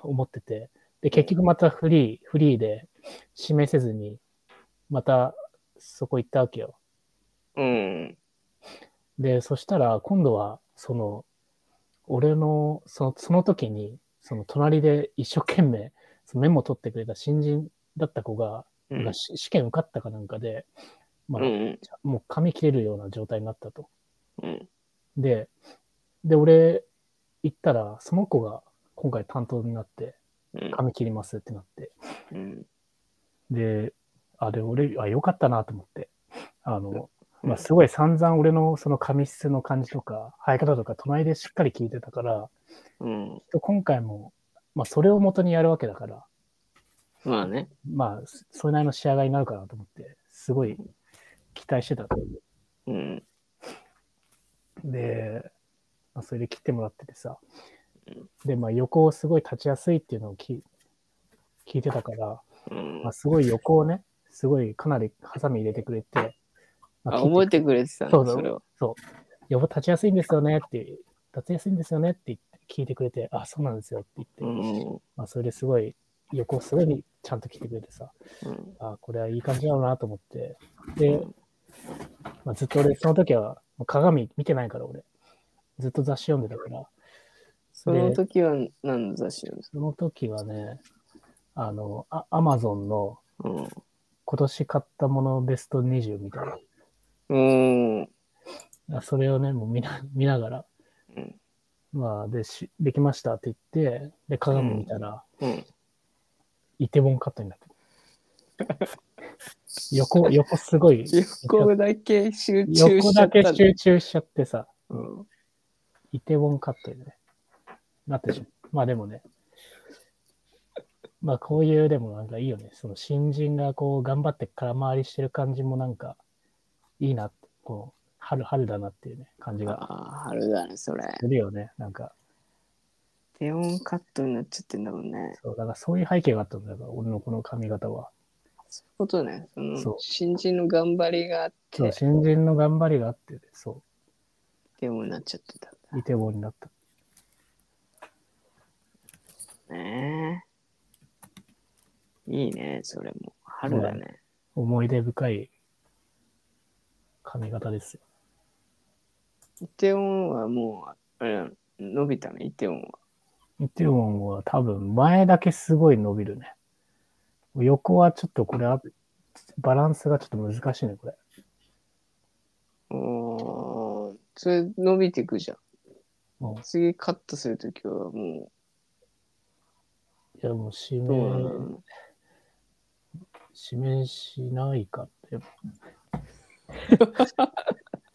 [SPEAKER 2] 思ってて。で、結局またフリー、フリーで指名せずに、またそこ行ったわけよ。
[SPEAKER 1] うん。
[SPEAKER 2] で、そしたら今度は、その、俺の、その、その時に、その隣で一生懸命そのメモ取ってくれた新人だった子が、
[SPEAKER 1] うん
[SPEAKER 2] がし試験受かったかなんかで、まあ、
[SPEAKER 1] うん
[SPEAKER 2] もう髪切れるような状態になったと。
[SPEAKER 1] うん
[SPEAKER 2] で、で、俺行ったら、その子が今回担当になって、
[SPEAKER 1] うん
[SPEAKER 2] 髪切りますってなって。
[SPEAKER 1] うん
[SPEAKER 2] で、あ、で、俺、あ、よかったなと思って。あの、まあ、すごい散々俺のその髪質の感じとか、生え方とか、隣でしっかり聞いてたから、
[SPEAKER 1] うん。
[SPEAKER 2] きっと今回も、まあ、それを元にやるわけだから、
[SPEAKER 1] まあね。
[SPEAKER 2] まあ、それなりの仕上がりになるかなと思って、すごい期待してたと。
[SPEAKER 1] うん。
[SPEAKER 2] で、まあ、それで切ってもらっててさ
[SPEAKER 1] うん。
[SPEAKER 2] で、まあ、横をすごい立ちやすいっていうのをき聞いてたから、
[SPEAKER 1] うん
[SPEAKER 2] まあ、すごい横をね、すごいかなりハサミ入れてくれて、ま
[SPEAKER 1] あ、
[SPEAKER 2] 切っ
[SPEAKER 1] 覚えてくれてたん
[SPEAKER 2] そう
[SPEAKER 1] だ、
[SPEAKER 2] そ
[SPEAKER 1] そ
[SPEAKER 2] う
[SPEAKER 1] れを。
[SPEAKER 2] 横立ちやすいんですよねって、立ちやすいんですよねって言って聞いてくれて、あ、そうなんですよって言って、
[SPEAKER 1] うん。
[SPEAKER 2] まあ、それですごい、横をすごいちゃんと切ってくれてさ、
[SPEAKER 1] うん
[SPEAKER 2] あ、これはいい感じだろうなと思って、で、まあ、ずっと俺、その時はもう鏡見てないから俺、ずっと雑誌読んでたから、
[SPEAKER 1] その時は何の雑誌なんです
[SPEAKER 2] その時はね、あの、あアマゾンの
[SPEAKER 1] か
[SPEAKER 2] 今年買ったものベスト20みたい
[SPEAKER 1] うん。うん。
[SPEAKER 2] な。あそれをね、もう見な 見ながら、
[SPEAKER 1] うん
[SPEAKER 2] まあ、でし、できましたって言って、で、鏡見たら、
[SPEAKER 1] うん。
[SPEAKER 2] イテボンカットになってる横、横 すごい、
[SPEAKER 1] 横だけ集中しちゃった。
[SPEAKER 2] 横だけ集中しちゃってさ、
[SPEAKER 1] うん。
[SPEAKER 2] イテボンカットにね、なってしまう。まあでもね、まあこういうでもなんかいいよね。その新人がこう頑張って空回りしてる感じもなんかいいなって、こう、春、春だなっていうね、感じが
[SPEAKER 1] ああ、春だね、それ。
[SPEAKER 2] するよね。なんか、
[SPEAKER 1] 低音カットになっちゃってんだもんね。
[SPEAKER 2] そう、だからそういう背景があったんだから、俺のこの髪型は。
[SPEAKER 1] そういうことね。その
[SPEAKER 2] そう
[SPEAKER 1] 新人の頑張りがあっ
[SPEAKER 2] そう、
[SPEAKER 1] て、
[SPEAKER 2] 新人の頑張りがあってね、そ
[SPEAKER 1] 低音になっちゃってたん
[SPEAKER 2] う、イテボンになった。
[SPEAKER 1] だね。いいね、それも。春だね。
[SPEAKER 2] 思い出深い髪型ですよ。
[SPEAKER 1] イテオンはもう、あれなの伸びたね、イテオンは。
[SPEAKER 2] イテウォンは多分前だけすごい伸びるね。横はちょっとこれあ、バランスがちょっと難しいね、これ。
[SPEAKER 1] おーそれ伸びていくじゃん。
[SPEAKER 2] うん
[SPEAKER 1] 次カットするときはも
[SPEAKER 2] いや、もう指
[SPEAKER 1] う、どうな
[SPEAKER 2] 名、
[SPEAKER 1] の
[SPEAKER 2] 指名しないかって。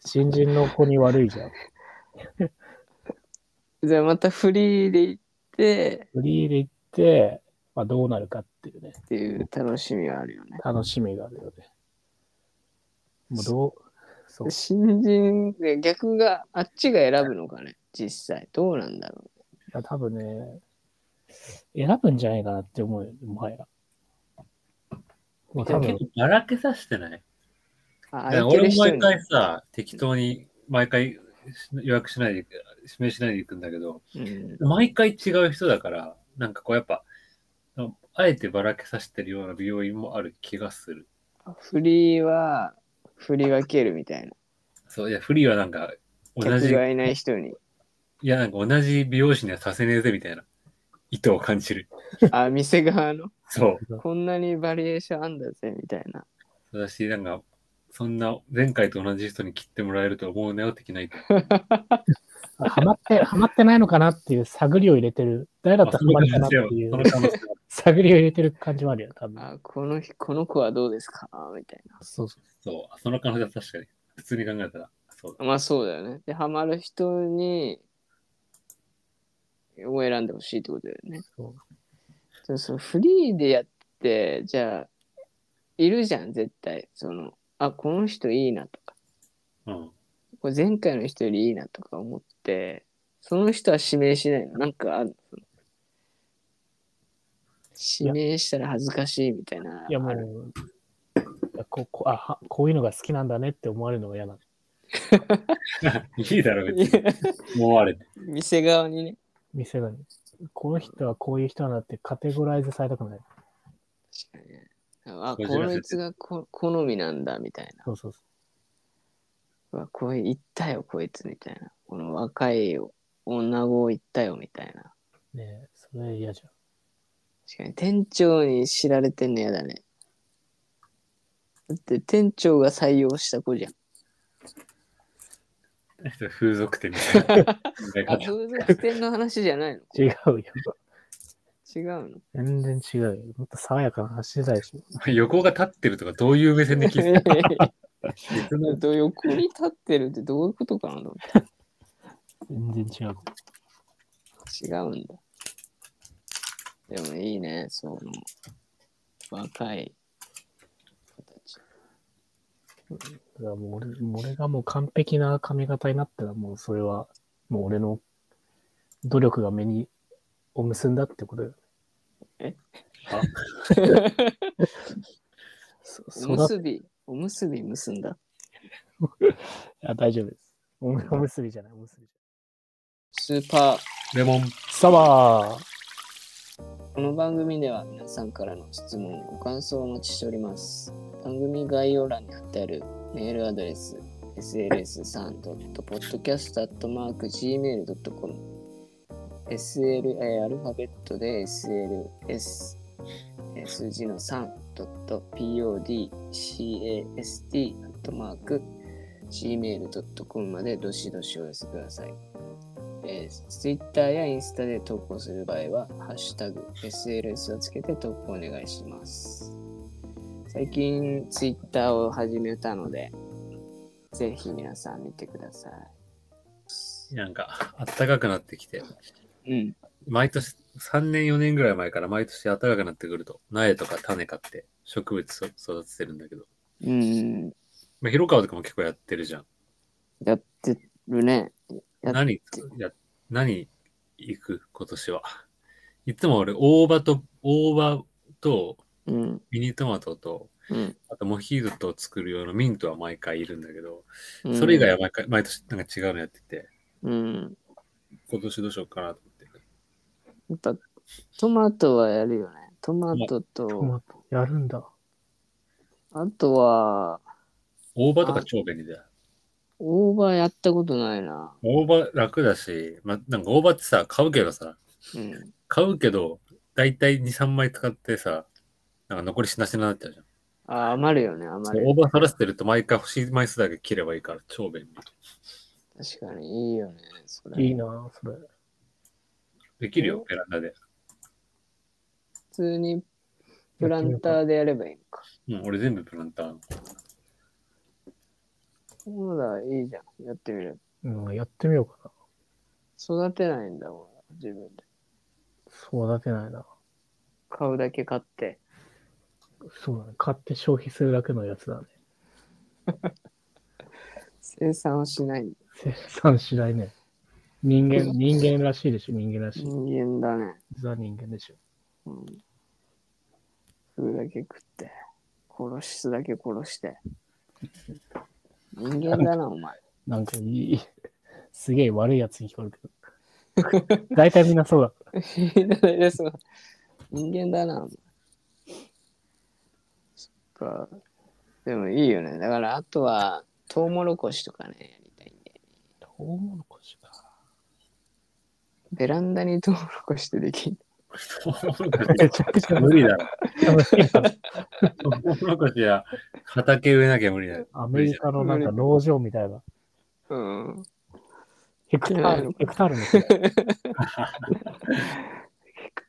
[SPEAKER 2] 新人の子に悪いじゃん。
[SPEAKER 1] じゃあまたフリーで行って
[SPEAKER 2] フリーで行って、まあどうなるかっていうね、
[SPEAKER 1] っていう楽しみはあるよね。
[SPEAKER 2] 楽しみがあるよね。もうどう、そう。
[SPEAKER 1] 新人で逆があっちが選ぶのかね実際どうなんだろ
[SPEAKER 2] いや、多分ね、選ぶんじゃないかなって思うよ、もはや。もう多分
[SPEAKER 3] 結、構ばらけさしてないう
[SPEAKER 1] あ
[SPEAKER 3] いや
[SPEAKER 1] 空いて
[SPEAKER 3] 俺
[SPEAKER 1] る
[SPEAKER 3] も
[SPEAKER 1] 人
[SPEAKER 3] 毎
[SPEAKER 1] に
[SPEAKER 3] 回さ、適当に毎回し予約しないで指名しないで行くんだけど、
[SPEAKER 1] うん。
[SPEAKER 3] 毎回違う人だから、なんかこうやっぱ、あえてばらけさせてるような美容院もある気がする。
[SPEAKER 1] 振りは、振り分けるみたいな。
[SPEAKER 3] そう、いや、フリーはなんか、同
[SPEAKER 1] 客
[SPEAKER 3] じ、い
[SPEAKER 1] がいない人に。
[SPEAKER 3] や、なんか同じ美容師にはさせねえぜみたいな意図を感じる。
[SPEAKER 1] あ、店側の。
[SPEAKER 3] そう。
[SPEAKER 1] こんなにバリエーションあんだぜ、みたいな。
[SPEAKER 3] 私、なんか、そんな前回と同じ人に切ってもらえると思うなよ的な意見。
[SPEAKER 2] ハマって、 ハマってないのかなっていう探りを入れてる。誰だったらハマるかなってい
[SPEAKER 3] そうの可能性は
[SPEAKER 2] 探りを入れてる感じもあるよ、多分。
[SPEAKER 1] あ、この日、この子はどうですかみたい
[SPEAKER 2] そうそ
[SPEAKER 3] そう、その可能性は確かに。普通に考えたら、そうだ
[SPEAKER 1] な。。まあそうだよね。で、ハマる人に、を選んでほしいってことだよね。
[SPEAKER 2] う。
[SPEAKER 1] でもそのフリーでやって、じゃあ、いるじゃん、絶対。その、あ、この人いいなとか、
[SPEAKER 3] うん。
[SPEAKER 1] これ前回の人よりいいなとか思って、その人は指名しないの。なんかあるのその指名したら恥ずかしいみたいな。
[SPEAKER 2] いや も
[SPEAKER 1] ある
[SPEAKER 2] う、いやこうこうあはこういうのが好きなんだねって思われるのが嫌なの。
[SPEAKER 3] いいだろ、別に。思われて。
[SPEAKER 1] 店側にね。
[SPEAKER 2] 店がねこの人はこういう人なんだってカテゴライズされたくない。
[SPEAKER 1] 確かにね。あ、
[SPEAKER 3] こじらせて
[SPEAKER 1] こいつがこ好みなんだみたいな。
[SPEAKER 2] そうそうそう
[SPEAKER 1] わ、こい、行ったよ、こいつみたいな。この若い女子行ったよみたいな。
[SPEAKER 2] う。ねえそれ嫌じゃん。
[SPEAKER 1] 確かに店長に知られてんのやだね。だって店長が採用した子じゃん。
[SPEAKER 3] 風俗店み たいな考え
[SPEAKER 1] あ、
[SPEAKER 3] 方。
[SPEAKER 1] 風俗店の話じゃないの
[SPEAKER 2] 違うよ。
[SPEAKER 1] 違 うの
[SPEAKER 2] 全然違うよ。もっと爽やかな話でたいでしょ。
[SPEAKER 3] 横が立ってるとかどういう目線で聞いてる 別の
[SPEAKER 1] ど 横に立ってるってどういうことかなと思っ
[SPEAKER 2] 全然違う。
[SPEAKER 1] て違うんだ。でもいいね、その、若い子たち。
[SPEAKER 2] だからもう俺もう俺がもう完璧な髪型になったらもうそれはもう俺の努力が目にを結んだってことだよね。
[SPEAKER 3] あ
[SPEAKER 2] そ
[SPEAKER 1] お
[SPEAKER 2] 育
[SPEAKER 1] む
[SPEAKER 2] っ
[SPEAKER 1] すび、おむすび結んだ。
[SPEAKER 2] あ大丈夫です。おむおむすびじゃない、おむすびじ
[SPEAKER 1] スーパー
[SPEAKER 3] レモン。
[SPEAKER 2] ゃない。サワー
[SPEAKER 1] この番組では皆さんからの質問、ご感想をお待ちしております。番組概要欄に貼ってあるメールアドレス、sls3.podcast.gmail.com sl、えーアルファベットで sls、えー数字の 3.podcast.gmail.com までどしどしお寄せください。えー、Twitter やインスタで投稿する場合は、ハッシュタグ SLS をつけて投稿お願いします。最近 Twitter を始めたので、ぜひ皆さん見てくださ
[SPEAKER 3] なんか、あったかくなってきて、
[SPEAKER 1] い。うん。
[SPEAKER 3] 毎年、3年4年ぐらい前から毎年暖かくなってくると、苗とか種買って植物そ育ててるんだけど、
[SPEAKER 1] うん。
[SPEAKER 3] まあ、広川とかも結構やってるじゃん。
[SPEAKER 1] やってるね。やっ
[SPEAKER 3] 何、や何行く今年は。いつも俺、大葉と、大葉と
[SPEAKER 1] うん。
[SPEAKER 3] ミニトマトと、
[SPEAKER 1] うん。
[SPEAKER 3] あとモヒートを作る用のミントは毎回いるんだけど、
[SPEAKER 1] うん
[SPEAKER 3] それ以外は毎回、毎年なんか違うのやってて、
[SPEAKER 1] うん。
[SPEAKER 3] 今年どうしようかなと思ってる。
[SPEAKER 1] やっぱ、トマトはやるよね。トマト
[SPEAKER 2] ト
[SPEAKER 1] と、
[SPEAKER 2] マト。やるんだ。
[SPEAKER 1] あとは、
[SPEAKER 3] 大葉とか超便利だよ。
[SPEAKER 1] 大葉やったことないな。
[SPEAKER 3] 大葉楽だし、ま、なんか大葉ってさ、買うけどさ、
[SPEAKER 1] うん。
[SPEAKER 3] 買うけど、だいたい2、3枚使ってさ、なんか残りしなしなになっちゃうじゃん。
[SPEAKER 1] あ、余るよね、余る。
[SPEAKER 3] 大葉さらしてると毎回欲しい枚数だけ切ればいいから超便利。
[SPEAKER 1] 確かに、いいよね。それ
[SPEAKER 2] いいなぁそれ。
[SPEAKER 3] できるよ、ベランダで。
[SPEAKER 1] 普通にプランターでやればいいのか。
[SPEAKER 3] うん、俺全部プランター。
[SPEAKER 1] そうだ、いいじゃん。やってみる。
[SPEAKER 2] うん、やってみようかな。
[SPEAKER 1] 育てないんだもん、自分で。
[SPEAKER 2] 育てないな。
[SPEAKER 1] 買うだけ買って。
[SPEAKER 2] そうだね。買って消費するだけのやつだね。
[SPEAKER 1] 生産をしない
[SPEAKER 2] 生産しないね。人間、人間らしいでしょ、人間らしい。
[SPEAKER 1] 人間だね。
[SPEAKER 2] ザ人間でしょ。
[SPEAKER 1] うん。食うだけ食って。殺すだけ殺して。人間だな、お前。
[SPEAKER 2] なんかいい、すげえ悪いやつに聞こえる けど。大体みんなそうだった。
[SPEAKER 1] いただいてそう人間だな。お前そっか。でもいいよね。だから、あとは、トウモロコシとかね、やりたいんで。
[SPEAKER 2] トウモロコシか。
[SPEAKER 1] ベランダにトウモロコシってできん。
[SPEAKER 2] めちゃくちゃ
[SPEAKER 3] 無理だろ。
[SPEAKER 2] い
[SPEAKER 3] トウモロコシは畑植えなきゃ無理だよ。
[SPEAKER 2] アメリカのなんか農場みたいな。
[SPEAKER 1] うん。
[SPEAKER 2] ヘクタール、ヘクタールの人
[SPEAKER 1] ヘク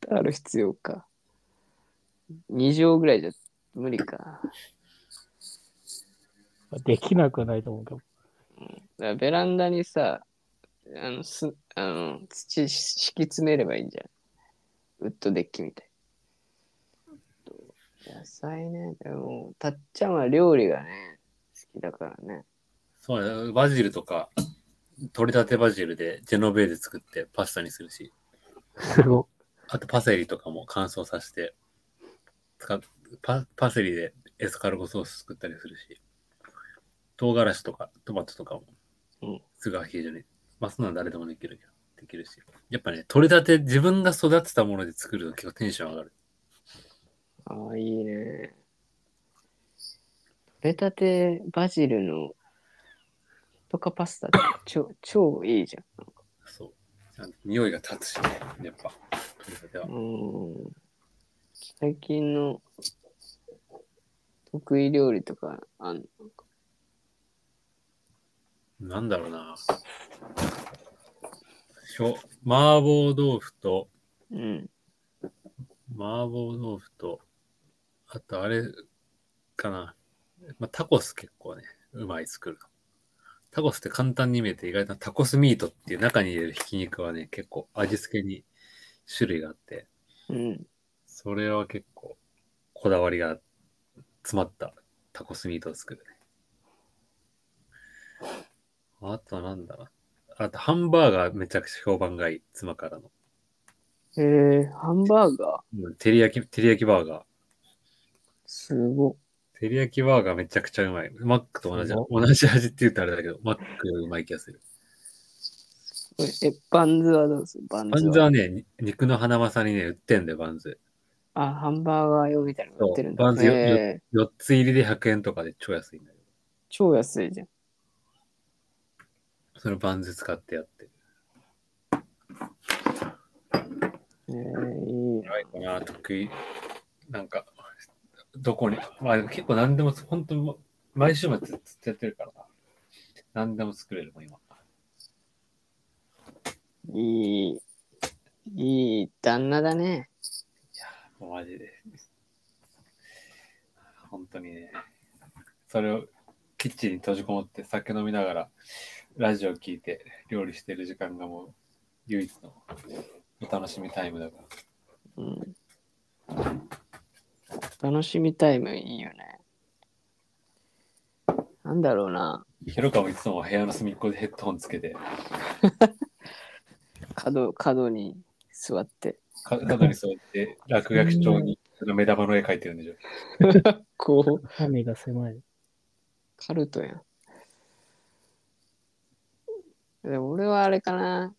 [SPEAKER 1] タール必要か。2畳ぐらいじゃ無理か。だか
[SPEAKER 2] できなくはないと思うけど。
[SPEAKER 1] らベランダにさ、あの、すあの土敷き詰めればいいんじゃん。ウッドデッキみたい。野菜ね、でも、たっちゃんは料理がね、好きだからね。
[SPEAKER 3] そうだよバジルとか、取れたてバジルでジェノベーゼ作ってパスタにするし、
[SPEAKER 2] すご
[SPEAKER 3] あとパセリとかも乾燥させて、使っパパセリでエスカルゴソース作ったりするし、唐辛子とかトマトとかも
[SPEAKER 1] うん、
[SPEAKER 3] すぐアヒージョに。まあ、そんなの誰でもできるけど、できるし。やっぱね、取れたて、自分が育てたもので作ると結構テンション上がる。
[SPEAKER 1] ああ、いいね。取れたてバジルのとかパスタって超超いいじゃ
[SPEAKER 3] そう。ちゃんと匂いが立つしね、やっぱ、取れたては
[SPEAKER 1] ん。う。ん。最近の得意料理とかあんの
[SPEAKER 3] なんだろうな。しょ麻婆豆腐と、
[SPEAKER 1] うん。
[SPEAKER 3] 麻婆豆腐と、あとあれかな。まあ、タコス結構ね、うまい作るの。タコスって簡単に見えて意外とタコスミートっていう中に入れるひき肉はね、結構味付けに種類があって、
[SPEAKER 1] うん。
[SPEAKER 3] それは結構こだわりが詰まったタコスミートを作るね。あとなんだな。あとハンバーガーめちゃくちゃ評判がいい。妻からの。
[SPEAKER 1] えー、ハンバーガー
[SPEAKER 3] うん照り焼き、照り焼きバーガー。
[SPEAKER 1] すごっ。
[SPEAKER 3] 照り焼きバーガーめちゃくちゃうまい。マックと同じ、
[SPEAKER 2] す
[SPEAKER 3] 同じ味って言うとあれだけど、マックよりうまい気がする。
[SPEAKER 1] これえ、バンズはどうするバン
[SPEAKER 3] バ
[SPEAKER 1] ズ
[SPEAKER 3] ン
[SPEAKER 1] は。
[SPEAKER 3] ズはね、に肉の花まさにね、売ってんだよ、バンズ。
[SPEAKER 1] あ、ハンバーガー用みたいなの売ってるんだ。
[SPEAKER 3] そうバンズよ
[SPEAKER 1] えー
[SPEAKER 3] 4つ入りで100円とかで超安いんだよ。
[SPEAKER 1] 超安いじゃん。
[SPEAKER 3] それバンズ使ってやってる。
[SPEAKER 1] えー、いいな。
[SPEAKER 3] ないかな、得意。なんか、どこに、まあ結構何でも、本当にもう毎週末ずっとやってるからな。何でも作れるもん、今。
[SPEAKER 1] いい、いい旦那だね。
[SPEAKER 3] もうマジで。本当にね。それをキッチンに閉じこもって酒飲みながらラジオ聞いて料理してる時間がもう唯一のお楽しみタイムだか
[SPEAKER 1] う
[SPEAKER 3] ら。
[SPEAKER 1] ん。楽しみタイムいいよね。なんだろうな。
[SPEAKER 3] ヒロカもいつも部屋の隅っこでヘッドホンつけて
[SPEAKER 1] 角、角に座って。
[SPEAKER 3] か角に座って落書き帳にその目玉の絵描いてるんでしょ。
[SPEAKER 1] こう、
[SPEAKER 2] い。種が狭い。
[SPEAKER 1] カルトやん。でも俺はあれかな。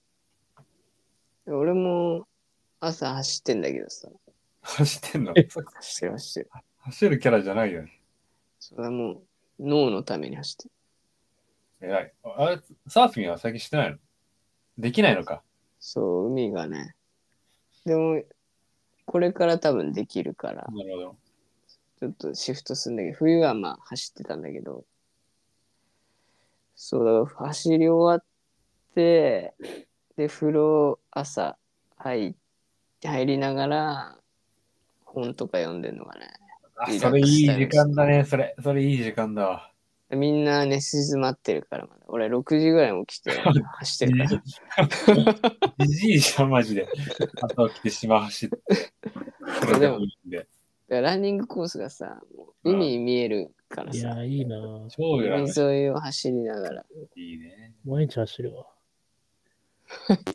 [SPEAKER 1] 俺も朝走ってんだけどさ。
[SPEAKER 3] 走ってんの
[SPEAKER 2] え
[SPEAKER 1] 走ってる走ってる。
[SPEAKER 3] 走るキャラじゃないよね。
[SPEAKER 1] それはもう脳のために走ってる。
[SPEAKER 3] 偉い。あれ、サーフィンは最近してないのできないのか。
[SPEAKER 1] そう、海がね。でも、これから多分できるから。
[SPEAKER 3] なるほど。
[SPEAKER 1] ちょっとシフトするんだけど、冬はまあ走ってたんだけど、そうだから、走り終わって、で、風呂朝入入りながら、本とか読んでんのがね。
[SPEAKER 3] あ、
[SPEAKER 1] リラ
[SPEAKER 3] そ
[SPEAKER 1] ック
[SPEAKER 3] れい
[SPEAKER 1] ス
[SPEAKER 3] い
[SPEAKER 1] タイム
[SPEAKER 3] 時間だね。それ、それいい時間だわ。
[SPEAKER 1] みんな寝静まってるから、まだ俺6時ぐらいに起きて走ってるから。
[SPEAKER 3] じじいじゃん、マジで。朝起きて島走って。それでもいいんで。
[SPEAKER 1] でランニングコースがさ、もう海見えるから
[SPEAKER 2] いや
[SPEAKER 1] さ、
[SPEAKER 2] ー、いいなぁ
[SPEAKER 3] 超羨まし
[SPEAKER 1] 海沿いを走りながら、
[SPEAKER 3] い。いいね。
[SPEAKER 2] 毎日走るわ。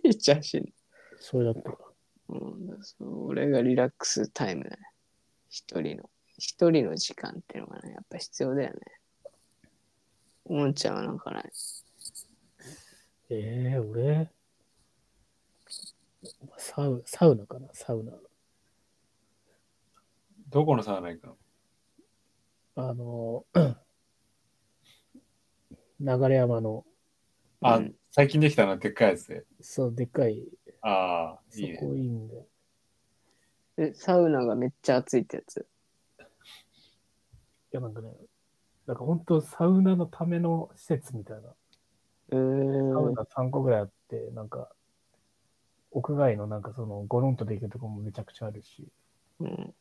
[SPEAKER 1] めっちゃ走る。
[SPEAKER 2] それだったら。
[SPEAKER 1] うん、そう俺がリラックスタイムだね。一人の。一人の時間っていうのがね、やっぱ必要だよね。もんちゃんはなんかない。
[SPEAKER 2] ええー、俺、サウ、サウナかな、サウナ。
[SPEAKER 3] どこのサウナ行くの
[SPEAKER 2] あの、 流山の、
[SPEAKER 3] あ、
[SPEAKER 1] うん
[SPEAKER 3] 最近できたな、でっかいやつで。
[SPEAKER 2] そう、でっかい、
[SPEAKER 3] ああ、
[SPEAKER 2] そ
[SPEAKER 3] いいね。
[SPEAKER 2] こいいんだよ。
[SPEAKER 1] え、サウナがめっちゃ暑いってやつ。
[SPEAKER 2] いや、なんかね、なんか本当サウナのための施設みたいな。
[SPEAKER 1] う
[SPEAKER 2] サ
[SPEAKER 1] ー
[SPEAKER 2] ウ
[SPEAKER 1] ん。
[SPEAKER 2] ナ3個ぐらいあって、なんか、屋外のなんかその、ゴロンとできるとこもめちゃくちゃあるし、
[SPEAKER 1] うん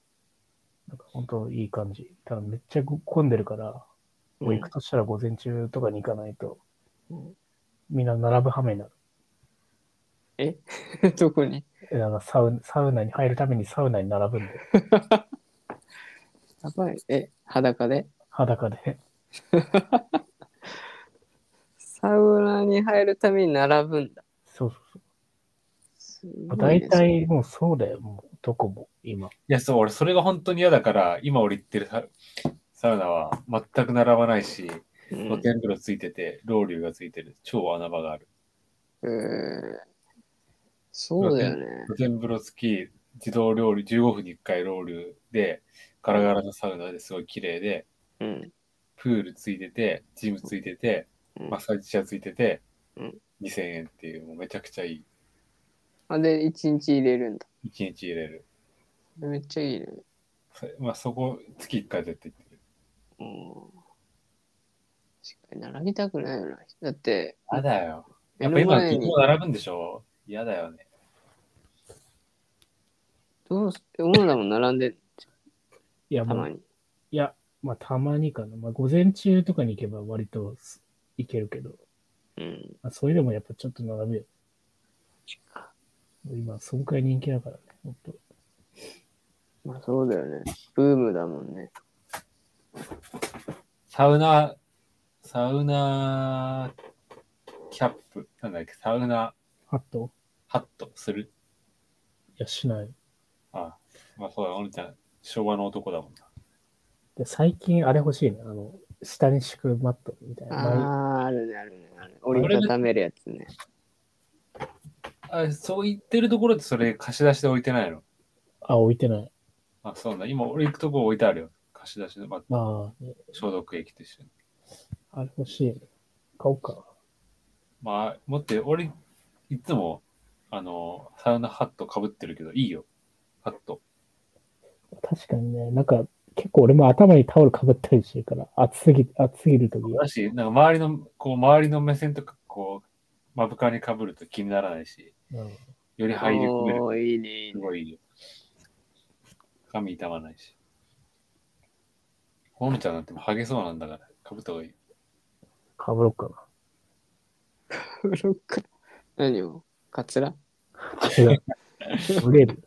[SPEAKER 2] なんか本当いい感じ。ただめっちゃ混んでるから、もう行くとしたら午前中とかに行かないと、
[SPEAKER 1] うん
[SPEAKER 2] みんな並ぶ羽目になる。
[SPEAKER 1] どこに
[SPEAKER 2] えなんかサウサウナに入るためにサウナに並ぶんで、
[SPEAKER 1] やばい。え、裸で
[SPEAKER 2] 裸で。
[SPEAKER 1] サウナに入るために並ぶんだ。
[SPEAKER 2] そうそうそ
[SPEAKER 1] す
[SPEAKER 2] う。まあ
[SPEAKER 1] ごい
[SPEAKER 2] 大
[SPEAKER 1] ね
[SPEAKER 2] 体もうそうだよ、もうどこも今。
[SPEAKER 3] いや、そう、俺、それが本当に嫌だから、今俺行ってるササウナは全く並ばないし、露
[SPEAKER 1] う
[SPEAKER 3] 天風呂ついてて、ロウリュがついてる、超穴場がある。
[SPEAKER 1] んえーそうだよね。
[SPEAKER 3] 露天風呂付き、自動料理15分に1回ロウリュで、ガラガラのサウナですごい綺麗で、
[SPEAKER 1] うん。
[SPEAKER 3] プールついてて、ジムついてて、
[SPEAKER 1] うん
[SPEAKER 3] マッサージチェアついてて、
[SPEAKER 1] うん
[SPEAKER 3] 2000円っていう、もうめちゃくちゃいい。
[SPEAKER 1] あ、で、一日入れるんだ。
[SPEAKER 3] 1日入れる。
[SPEAKER 1] めっちゃいいね。
[SPEAKER 3] それまあ、そこ、月1回絶対行って
[SPEAKER 1] う
[SPEAKER 3] る。
[SPEAKER 1] ん。確かに並びたくないよな。だって、
[SPEAKER 3] やだよ。や
[SPEAKER 1] 目
[SPEAKER 3] っぱ
[SPEAKER 1] の
[SPEAKER 3] 今、
[SPEAKER 1] 前
[SPEAKER 3] 結
[SPEAKER 1] に
[SPEAKER 3] 構並ぶんでしょ嫌だよね。
[SPEAKER 1] どうす、オーナーも並んでん
[SPEAKER 2] いや、
[SPEAKER 1] た
[SPEAKER 2] も
[SPEAKER 1] ま
[SPEAKER 2] う、
[SPEAKER 1] に。
[SPEAKER 2] いや、まあたまにかな。まあ午前中とかに行けば割とす行けるけど、
[SPEAKER 1] うん。
[SPEAKER 2] まあ、それでもやっぱちょっと並ぶよ。今、そんくらい人気だからね、ほんと。
[SPEAKER 1] まあそうだよね。ブームだもんね。
[SPEAKER 3] サウナ、サウナキャップ、なんだっけ、サウナ
[SPEAKER 2] ハット
[SPEAKER 3] ハットする。
[SPEAKER 2] いや、しない。
[SPEAKER 3] あまあそうだ、おんちゃん、昭和の男だもんな。
[SPEAKER 2] で最近、あれ欲しいね。あの、下に敷くマットみたい
[SPEAKER 1] あ
[SPEAKER 2] な。
[SPEAKER 1] あ、あるね、あるね。あるね折りたためるやつね。
[SPEAKER 3] あそう言ってるところってそれ貸し出しで置いてないの
[SPEAKER 2] あ、置いてない。
[SPEAKER 3] あ、そうだ、今俺行くとこ置いてあるよ。貸し出しの、まあ、
[SPEAKER 2] ああ、ね
[SPEAKER 3] 消毒液と一緒に。
[SPEAKER 2] あれ欲しいね。買おうか。
[SPEAKER 3] まあ、持って、俺、いつも、あの、サウナハット被ってるけど、いいよ。ハット。
[SPEAKER 2] 確かにね、なんか、結構俺も頭にタオルかぶったりしてるから、暑すぎ、暑すぎるときは
[SPEAKER 3] だ。し、なんか周りの、こう、周りの目線とか、こう、目深に被ると気にならないし、
[SPEAKER 2] うん
[SPEAKER 3] より入り込める。
[SPEAKER 1] おーいいね、いい
[SPEAKER 3] す
[SPEAKER 1] ね。
[SPEAKER 3] ごいいいよ。髪痛まないし。ホームちゃんなんてもうハゲそうなんだから、かぶった方がいい。
[SPEAKER 2] かぶろうか
[SPEAKER 1] ブロック。何をカツラ
[SPEAKER 2] な。違う。 蒸れる。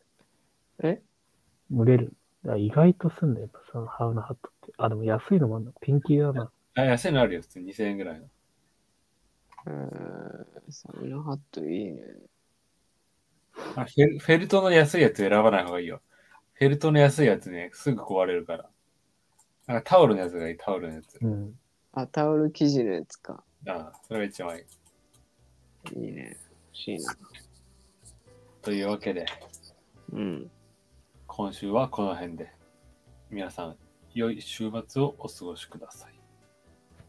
[SPEAKER 1] え
[SPEAKER 2] 蒸れる。あ意外とすんだよ、やっぱそのハウナハットって。あ、でも安いのもあんの。ピンキーだな。
[SPEAKER 3] あ、安いのあるよ、普通に2000円ぐらいの。
[SPEAKER 1] うーん、サウナハットいいね。
[SPEAKER 3] あフェルフェルトの安いやつ選ばない方がいいよ。フェルトの安いやつね、すぐ壊れるから。あタオルのやつがいい、タオルのやつ。
[SPEAKER 2] うん。
[SPEAKER 1] あ、タオル生地のやつか。
[SPEAKER 3] ああそれが一番いい。
[SPEAKER 1] いいね。欲しいな。
[SPEAKER 3] というわけで、
[SPEAKER 1] うん。
[SPEAKER 3] 今週はこの辺で。皆さん、良い週末をお過ごしください。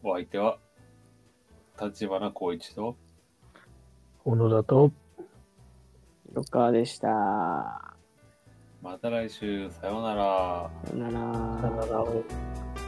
[SPEAKER 3] お相手は、立花光一と、
[SPEAKER 2] 小野だと、
[SPEAKER 1] ロッカーでした。さ
[SPEAKER 3] また来週、さようなら。
[SPEAKER 1] よなら
[SPEAKER 2] さよならを。